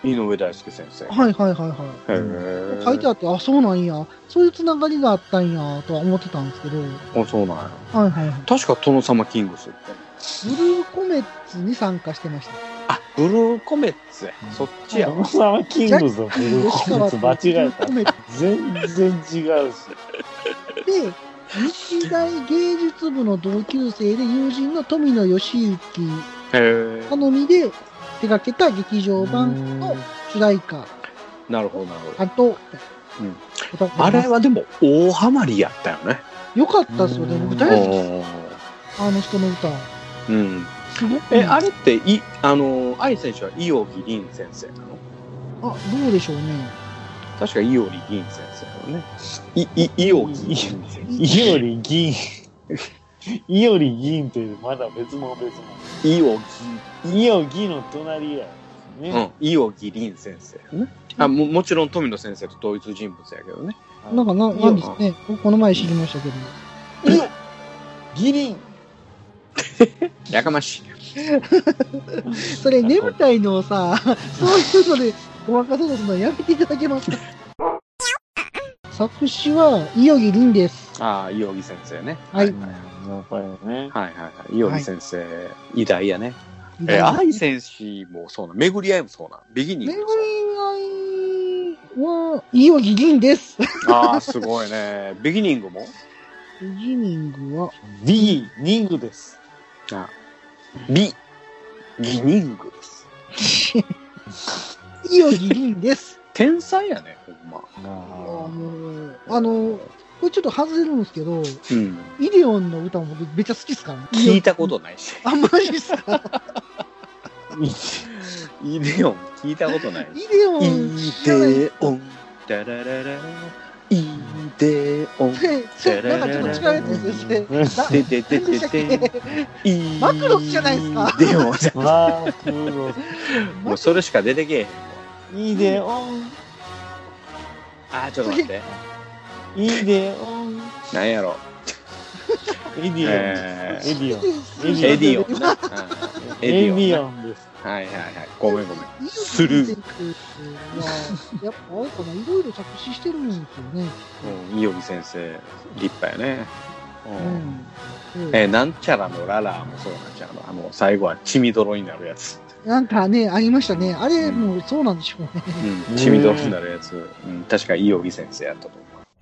Speaker 4: 井上大輔先生
Speaker 2: はいはいはいは
Speaker 4: へー
Speaker 2: い。書いてあって、あ、そうなんや。そういうつながりがあったんや、とは思ってたんですけど。は
Speaker 4: あそうなんや
Speaker 2: いはいはい。
Speaker 4: 確か殿様キングスって
Speaker 2: ブルーコメッツに参加してました。
Speaker 4: あブルーコメッツやそっちや
Speaker 1: 殿様キングズのブルーコメッツ間違えた
Speaker 2: ブルーコメッツ
Speaker 1: 全然違うし
Speaker 2: で、日大芸術部の同級生で友人の富野義行
Speaker 4: へえ。
Speaker 2: 頼みで手掛けた劇場版の主題歌、
Speaker 4: なるほど、なるほど。
Speaker 2: あと、
Speaker 4: うん
Speaker 2: 歌ってます
Speaker 4: あれはでも、大ハマりやったよね。
Speaker 2: 良かったですよね。僕大好き、あの人の歌。
Speaker 4: うん。
Speaker 2: すごく。
Speaker 4: え、
Speaker 2: あ
Speaker 4: あれって、い、あの、愛選手は伊織凛先生なの
Speaker 2: どうでしょうね。
Speaker 4: 確か伊織凛先生なのね。い、い、伊織凛先
Speaker 1: いより銀。いより銀という、まだ別物別
Speaker 4: 生。伊織、
Speaker 1: 物。いよぎの隣や。ね。
Speaker 4: うん、伊織凛先生ね。あ、も、もちろん富野先生と同一人物やけどね。
Speaker 2: なんかな、なんですね。僕この前知りましたけど。
Speaker 1: ギリン。
Speaker 4: やかましい。
Speaker 2: それ、眠たいのを さ、そういうのでごまかそうとするのやめていただけますか作詞は、伊予木凛です。
Speaker 4: ああ、伊織先生ね。
Speaker 2: はい。
Speaker 1: やっぱりね。
Speaker 4: はいはいはい。伊織先生、偉大やね。え、
Speaker 2: え
Speaker 4: 愛選手もそうなん。巡り合いもそうなん。ビギニン
Speaker 2: 巡
Speaker 4: グ
Speaker 2: り
Speaker 4: もそ
Speaker 2: 合い
Speaker 4: う
Speaker 2: は、伊予木凛です。
Speaker 4: ああ、すごいね。 ビギニングも
Speaker 2: ビギニングは、
Speaker 1: ビーニングです。
Speaker 4: ビギニングです。
Speaker 2: 伊予木凛です。
Speaker 4: 天才やね、ほんま。
Speaker 2: あの、あのこれちょっと外れるんですけど、
Speaker 4: うん。
Speaker 2: イデオンの歌も僕めっちゃ好きっすから、ね。
Speaker 4: 聞いたことないし。
Speaker 2: あんまりっすか
Speaker 4: イデオン聞いたことない
Speaker 2: イデオン
Speaker 4: イ
Speaker 2: らない
Speaker 4: デオン、ダラララ、イデオン。
Speaker 2: それなんか ちょっと違うやつですね。な
Speaker 4: でででででで、イ
Speaker 2: マクロスじゃないですか
Speaker 4: デオンじゃ
Speaker 1: マークロ
Speaker 4: もうそれしか出てけえへん。
Speaker 1: ス。イデオン。
Speaker 4: あー、ちょっと待って。
Speaker 1: イデオン。
Speaker 4: なんやろ。
Speaker 1: エディオン。
Speaker 4: えー
Speaker 1: エディオン。
Speaker 4: エディオンな。うんエデ
Speaker 1: エデ
Speaker 4: ィオンな。
Speaker 1: ィオンです。
Speaker 4: はいはいはい。ごめんごめん。
Speaker 2: ス
Speaker 4: ルー
Speaker 2: やっぱあれかないろいろ着手してるんですよね。
Speaker 4: うん、伊織先生、立派やね。う
Speaker 2: うんん。
Speaker 4: えーなんちゃらのララもそうなんちゃうの。あの、最後は血みどろになるやつ。
Speaker 2: なんかね、ありましたね。あれ、もうそうなんでしょうね。
Speaker 4: うん、血みどろになるやつ。うん、確か伊織先生やったと思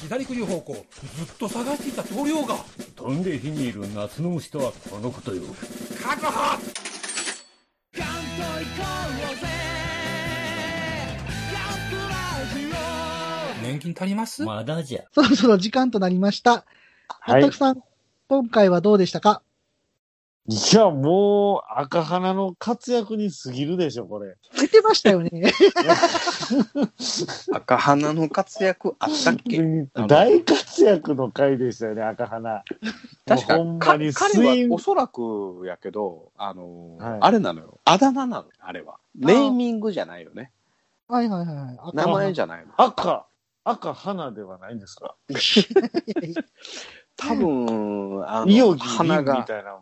Speaker 8: 左9時方向ずっと探していた棟梁が飛んで火にいる夏の虫とはこのことよ確保
Speaker 7: 年金足ります
Speaker 8: まだじゃ
Speaker 2: そろそろ時間となりました。は
Speaker 1: はい
Speaker 2: たくさん、今回はどうでしたか
Speaker 1: いや、もう、赤花の活躍に過ぎるでしょ、これ。
Speaker 2: 出てましたよね。
Speaker 4: う。赤花の活躍あったっけ
Speaker 1: 大活躍の回でしたよね、赤花。
Speaker 4: 確か
Speaker 1: もうほんまに
Speaker 4: か
Speaker 1: ス
Speaker 4: 彼
Speaker 1: イン
Speaker 4: はおそらくやけど、あの、
Speaker 1: はい
Speaker 4: あれなのよ。あだ名なのよあれは。ネーミングじゃないよね。
Speaker 2: はいはいはい。
Speaker 4: 名前じゃないの。
Speaker 1: 赤、赤花ではないんですか
Speaker 4: 多分、あ
Speaker 1: イオ
Speaker 4: の、
Speaker 1: ギ
Speaker 4: 花
Speaker 1: み
Speaker 4: が、
Speaker 1: たいな。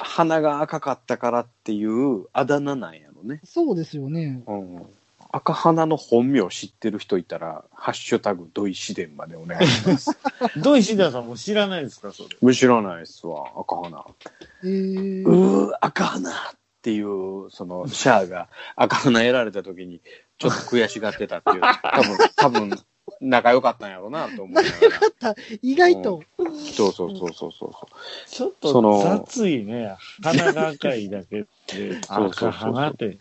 Speaker 4: 花が赤かったからっていうあだ名なんやろね。
Speaker 2: そうですよね。
Speaker 4: うん赤花の本名知ってる人いたら、ハッシュタグ土井紫伝までお願い します。
Speaker 1: 土井信也さんも知らないですか、それ。
Speaker 4: むしろないっすわ、赤花。
Speaker 2: えー
Speaker 4: うー、赤花っていう、その、シャアが赤花得られた時に、ちょっと悔しがってたっていう、多分、多分、仲良かったんやろうな、と思う。
Speaker 2: 意外と、
Speaker 4: そうそうそうそうそう。
Speaker 1: ちょっ
Speaker 4: そ
Speaker 1: と
Speaker 4: の
Speaker 1: 雑いね。鼻が赤いだけで、
Speaker 4: そうそうそう
Speaker 1: 赤鼻って。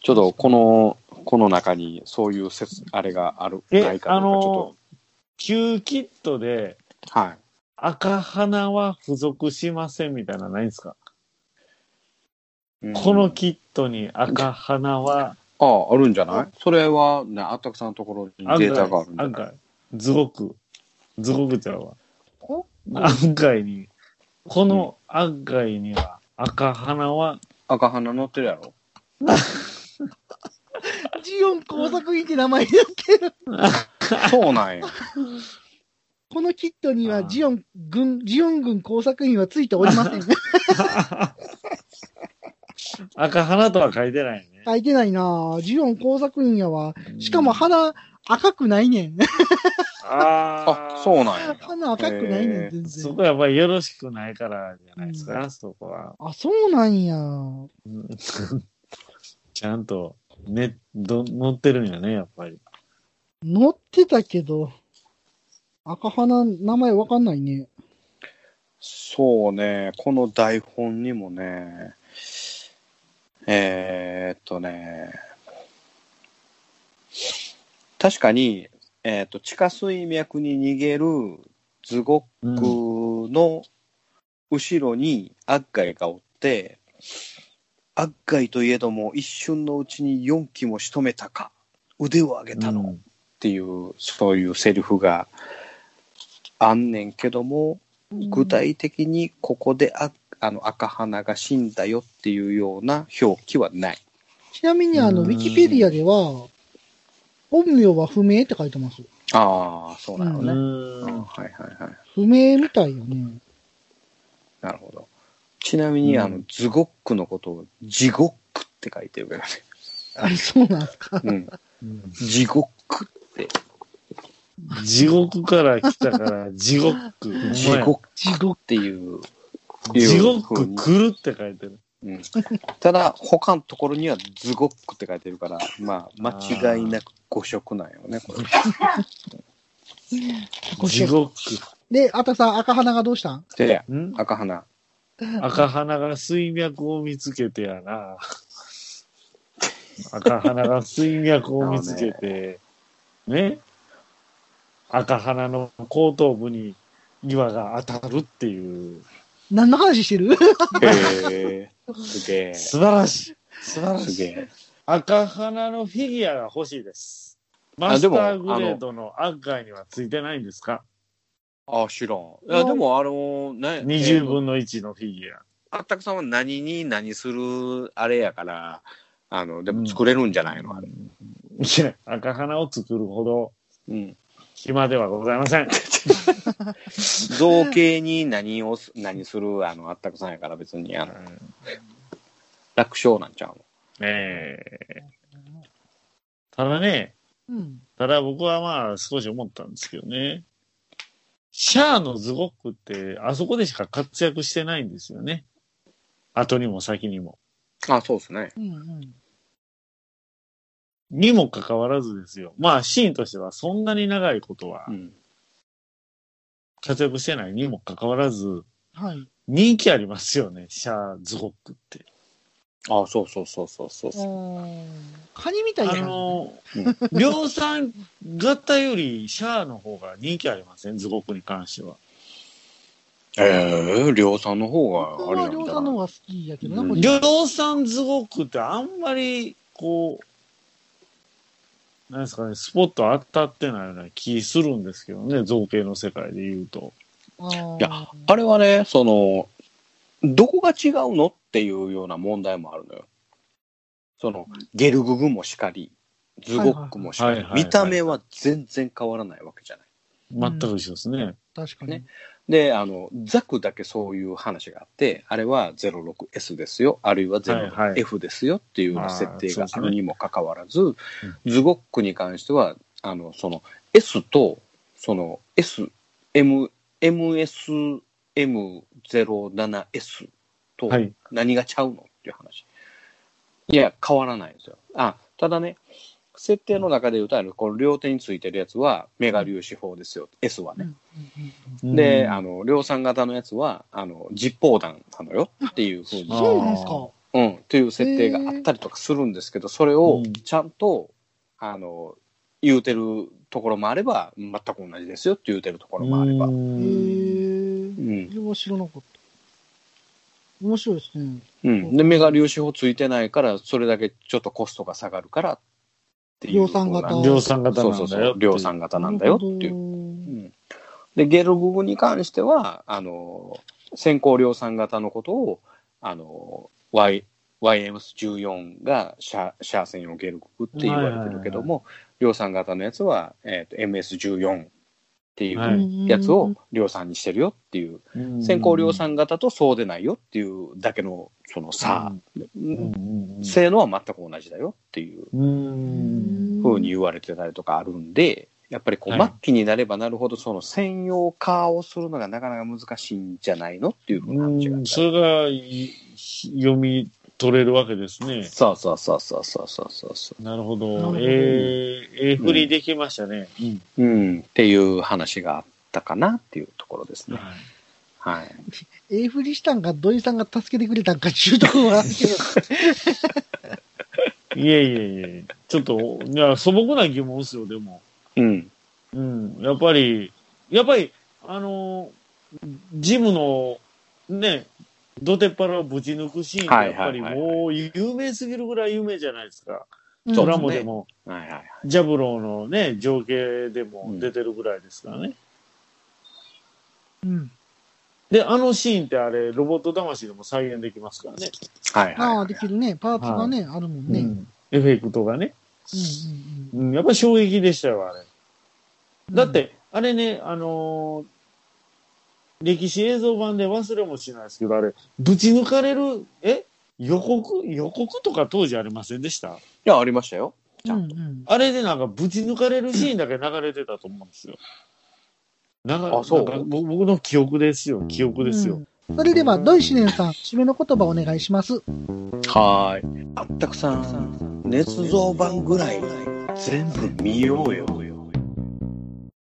Speaker 4: ちょっと、この、この中に、そういう説、あれがある、な
Speaker 1: え
Speaker 4: い、か
Speaker 1: あ
Speaker 4: どうか、ちょ
Speaker 1: の、旧キットで
Speaker 4: っと、はい。
Speaker 1: 赤鼻は付属しませんみたいなのないんですか、このキットに赤鼻は、
Speaker 4: ああ、あるんじゃないそれは、ね、あったくさんのところにデータがあるんじゃ
Speaker 1: 案
Speaker 4: ない
Speaker 1: 外、ズゴク、ズゴクちゃうわ。
Speaker 2: こ
Speaker 1: 案外に、この案外には赤鼻は、
Speaker 4: 赤花乗ってるやろ
Speaker 2: ジオン工作員って名前になってる。
Speaker 4: そうなんや。
Speaker 2: このキットにはジオン軍、ジオン軍工作員はついておりません。
Speaker 1: 赤花とは書いてないね。
Speaker 2: 書いてないなぁジオン工作員やわ。しかも鼻赤くないねん。
Speaker 1: あ
Speaker 4: あ、そうなんや。
Speaker 2: 鼻赤くないねん、全然。
Speaker 1: そこはやっぱりよろしくないからじゃないですか、そこは。
Speaker 2: あ、そうなんや。
Speaker 1: ちゃんと、ね、ど、乗ってるんやね、やっぱり。
Speaker 2: 乗ってたけど、赤鼻、名前わかんないね。
Speaker 4: そうね、この台本にもね、えーっとね、確かに、えーっと、地下水脈に逃げるズゴックの後ろにアッガイがおって、アッガイといえども一瞬のうちに4機も仕留めたか、腕を上げたの、っていう、そういうセリフがあんねんけども、具体的にここでああの赤花が死んだよっていうような表記はない。
Speaker 2: ちなみに、あの、ウィキペディアでは、本名は不明って書いてます。
Speaker 4: ああ、そうなのね。
Speaker 2: う
Speaker 4: うんはいはいはい。
Speaker 2: 不明みたいよね。
Speaker 4: なるほど。ちなみに、あの、ズゴックのことをジゴックって書いてる からね。
Speaker 2: あれ、 そうなんすか。
Speaker 4: うん。地獄って。
Speaker 1: 地獄から来たから、地獄。ほんまや
Speaker 4: 地獄っていう。
Speaker 1: 地獄来るって書いてる。
Speaker 4: うん、ただ、他のところにはズゴックって書いてるから、まあ、間違いなく誤色なんよね、これ。
Speaker 1: 地獄。
Speaker 2: で、あたさ、赤鼻がどうしたん
Speaker 4: で、赤花。
Speaker 1: 赤鼻が水脈を見つけてやな。赤鼻が水脈を見つけて、ね。赤鼻の後頭部に岩が当たるっていう。
Speaker 2: 何の話してる
Speaker 4: へえ。すげえ。
Speaker 1: 素晴らしい。素晴らしい。
Speaker 4: すげえ。
Speaker 1: 赤鼻のフィギュアが欲しいです。マ
Speaker 4: あ
Speaker 1: スタ
Speaker 4: でも
Speaker 1: ーグレードのアッガーにはついてないんですか
Speaker 4: あ、知らん。いや、でも、あの、ね、
Speaker 1: 20分の1のフィギュア。
Speaker 4: あったくさんは何に何するあれやから、あの、でも作れるんじゃないの、あれ。
Speaker 1: いや 赤鼻を作るほど
Speaker 4: うん。
Speaker 1: 暇ではございません。
Speaker 4: 造形に何をす、何する、あの、あったくさんやから別に、あの、楽勝なんちゃうの
Speaker 1: ええただね、
Speaker 2: うん。
Speaker 1: ただ僕はまあ少し思ったんですけどね。シャアのズゴックってあそこでしか活躍してないんですよね。後にも先にも。
Speaker 4: あ、そうですね。
Speaker 1: にもかかわらずですよ。まあシーンとしてはそんなに長いことは活躍してないにもかかわらず
Speaker 2: はい。
Speaker 1: 人気ありますよね。シャアズゴックって。
Speaker 4: あ、そうそうそうそうそう
Speaker 2: うーんカニみたいやん
Speaker 1: あの 量産型よりシャアの方が人気ありません、ズゴックに関しては。
Speaker 4: ええ量産の方が、あれ
Speaker 2: まあ、
Speaker 4: なんじゃ
Speaker 2: 量
Speaker 4: ない
Speaker 2: 産の方が好きやけどな、
Speaker 4: うん
Speaker 2: これ
Speaker 1: 量産ズゴックってあんまり、こう、なんですかね、スポット当たってないような気するんですけどね、造形の世界で言うと。
Speaker 4: いや、あれはね、その、どこが違うのっていうような問題もあるのよ。その、ゲルググもしかり、ズゴックもしか
Speaker 1: はい
Speaker 4: り
Speaker 1: はい、はい
Speaker 4: 見た目は全然変わらないわけじゃな
Speaker 1: 全
Speaker 4: い。
Speaker 1: く一緒ですね。
Speaker 2: 確かに。
Speaker 4: ねで、あの、ザクだけそういう話があって、あれは 06S ですよ、あるいは 06F ですよっていうような設定があるにもかかわらず、ズゴックに関しては、あの、その S と、その S、M、MS、M07S と
Speaker 1: はい
Speaker 4: 何がちゃうのっていう話。いや、変わらないんですよ。あ、ただね、設定の中で言うと、あのこの両手についてるやつはメガ粒子砲ですよ、S はね。で、あの、量産型のやつは、あの、実砲弾なのよっていうふうに。
Speaker 2: そうなんすか。
Speaker 4: うん、っていう設定があったりとかするんですけど、それをちゃんと、あの、言うてるところもあれば、全く同じですよって言うてるところもあれば。うん
Speaker 2: それは知らなかった。面白いですね。
Speaker 4: うん。で、メガ粒子砲ついてないから、それだけちょっとコストが下がるからっていう。
Speaker 2: 量産型
Speaker 1: 量産型なんだよ
Speaker 4: そうそうそう。量産型なんだよっていう。うんで、ゲルググに関しては、あの、先行量産型のことを、あの、Y、YMS14 がシャシャー専用ゲルググって言われてるけども、量産型のやつは、えーと MS14 ってい
Speaker 1: は
Speaker 4: う
Speaker 1: い
Speaker 4: やつを量産にしてるよっていう、
Speaker 1: うん
Speaker 4: 先行量産型とそうでないよっていうだけのその差、性能は全く同じだよっていうふうに言われてたりとかあるんで、やっぱりこう
Speaker 1: は
Speaker 4: 末
Speaker 1: い
Speaker 4: 期になればなるほど、その専用化をするのがなかなか難しいんじゃないのっていうふうな話が。
Speaker 1: それがい読み取れるわけですね。
Speaker 4: そうそうそうそうそうそうそう。
Speaker 1: なるほど。
Speaker 4: なるほど
Speaker 1: えー、えー振りできましたね。
Speaker 4: うん、っていう話があったかなっていうところですね。はい。
Speaker 2: エイフリしたんか、土井さんが助けてくれたんか、中毒 はあるけど。
Speaker 1: いえいえいえ。ちょっと、いや、素朴な疑問ですよ、でも。
Speaker 4: うん。
Speaker 1: うん。やっぱり、やっぱり、あのー、ジムの、ね、ドテッパラをぶち抜くシーンが
Speaker 4: はい
Speaker 1: やっぱ
Speaker 4: はい
Speaker 1: り
Speaker 4: はい
Speaker 1: もう有名すぎるぐらい有名じゃないですか。
Speaker 4: うん
Speaker 1: ドラマでも、
Speaker 4: はいはいはい。
Speaker 1: ジャブローのね、情景でも出てるぐらいですからね。
Speaker 2: うん。
Speaker 1: で、あのシーンってあれ、ロボット魂でも再現できますからね。
Speaker 4: はい
Speaker 2: ああ、できるね。パーツがね、あるもんね。うん
Speaker 1: エフェクトがね。
Speaker 2: うん
Speaker 1: うん、やっぱり衝撃でしたよ、あれ。だって、あれね、あのー歴史映像版で忘れもしないですけど、あれ、ぶち抜かれる、え予告予告とか当時ありませんでした
Speaker 4: いや、ありましたよ。
Speaker 1: あれでなんか、ぶち抜かれるシーンだけ流れてたと思うんですよ。なんか、
Speaker 4: あそう
Speaker 1: なんかぼ僕の記憶ですよ、記憶ですよ。
Speaker 2: それでは、土井シネンさん、締めの言葉お願いします。
Speaker 4: はーい。あったくさん、捏造版ぐらい全部見ようよ。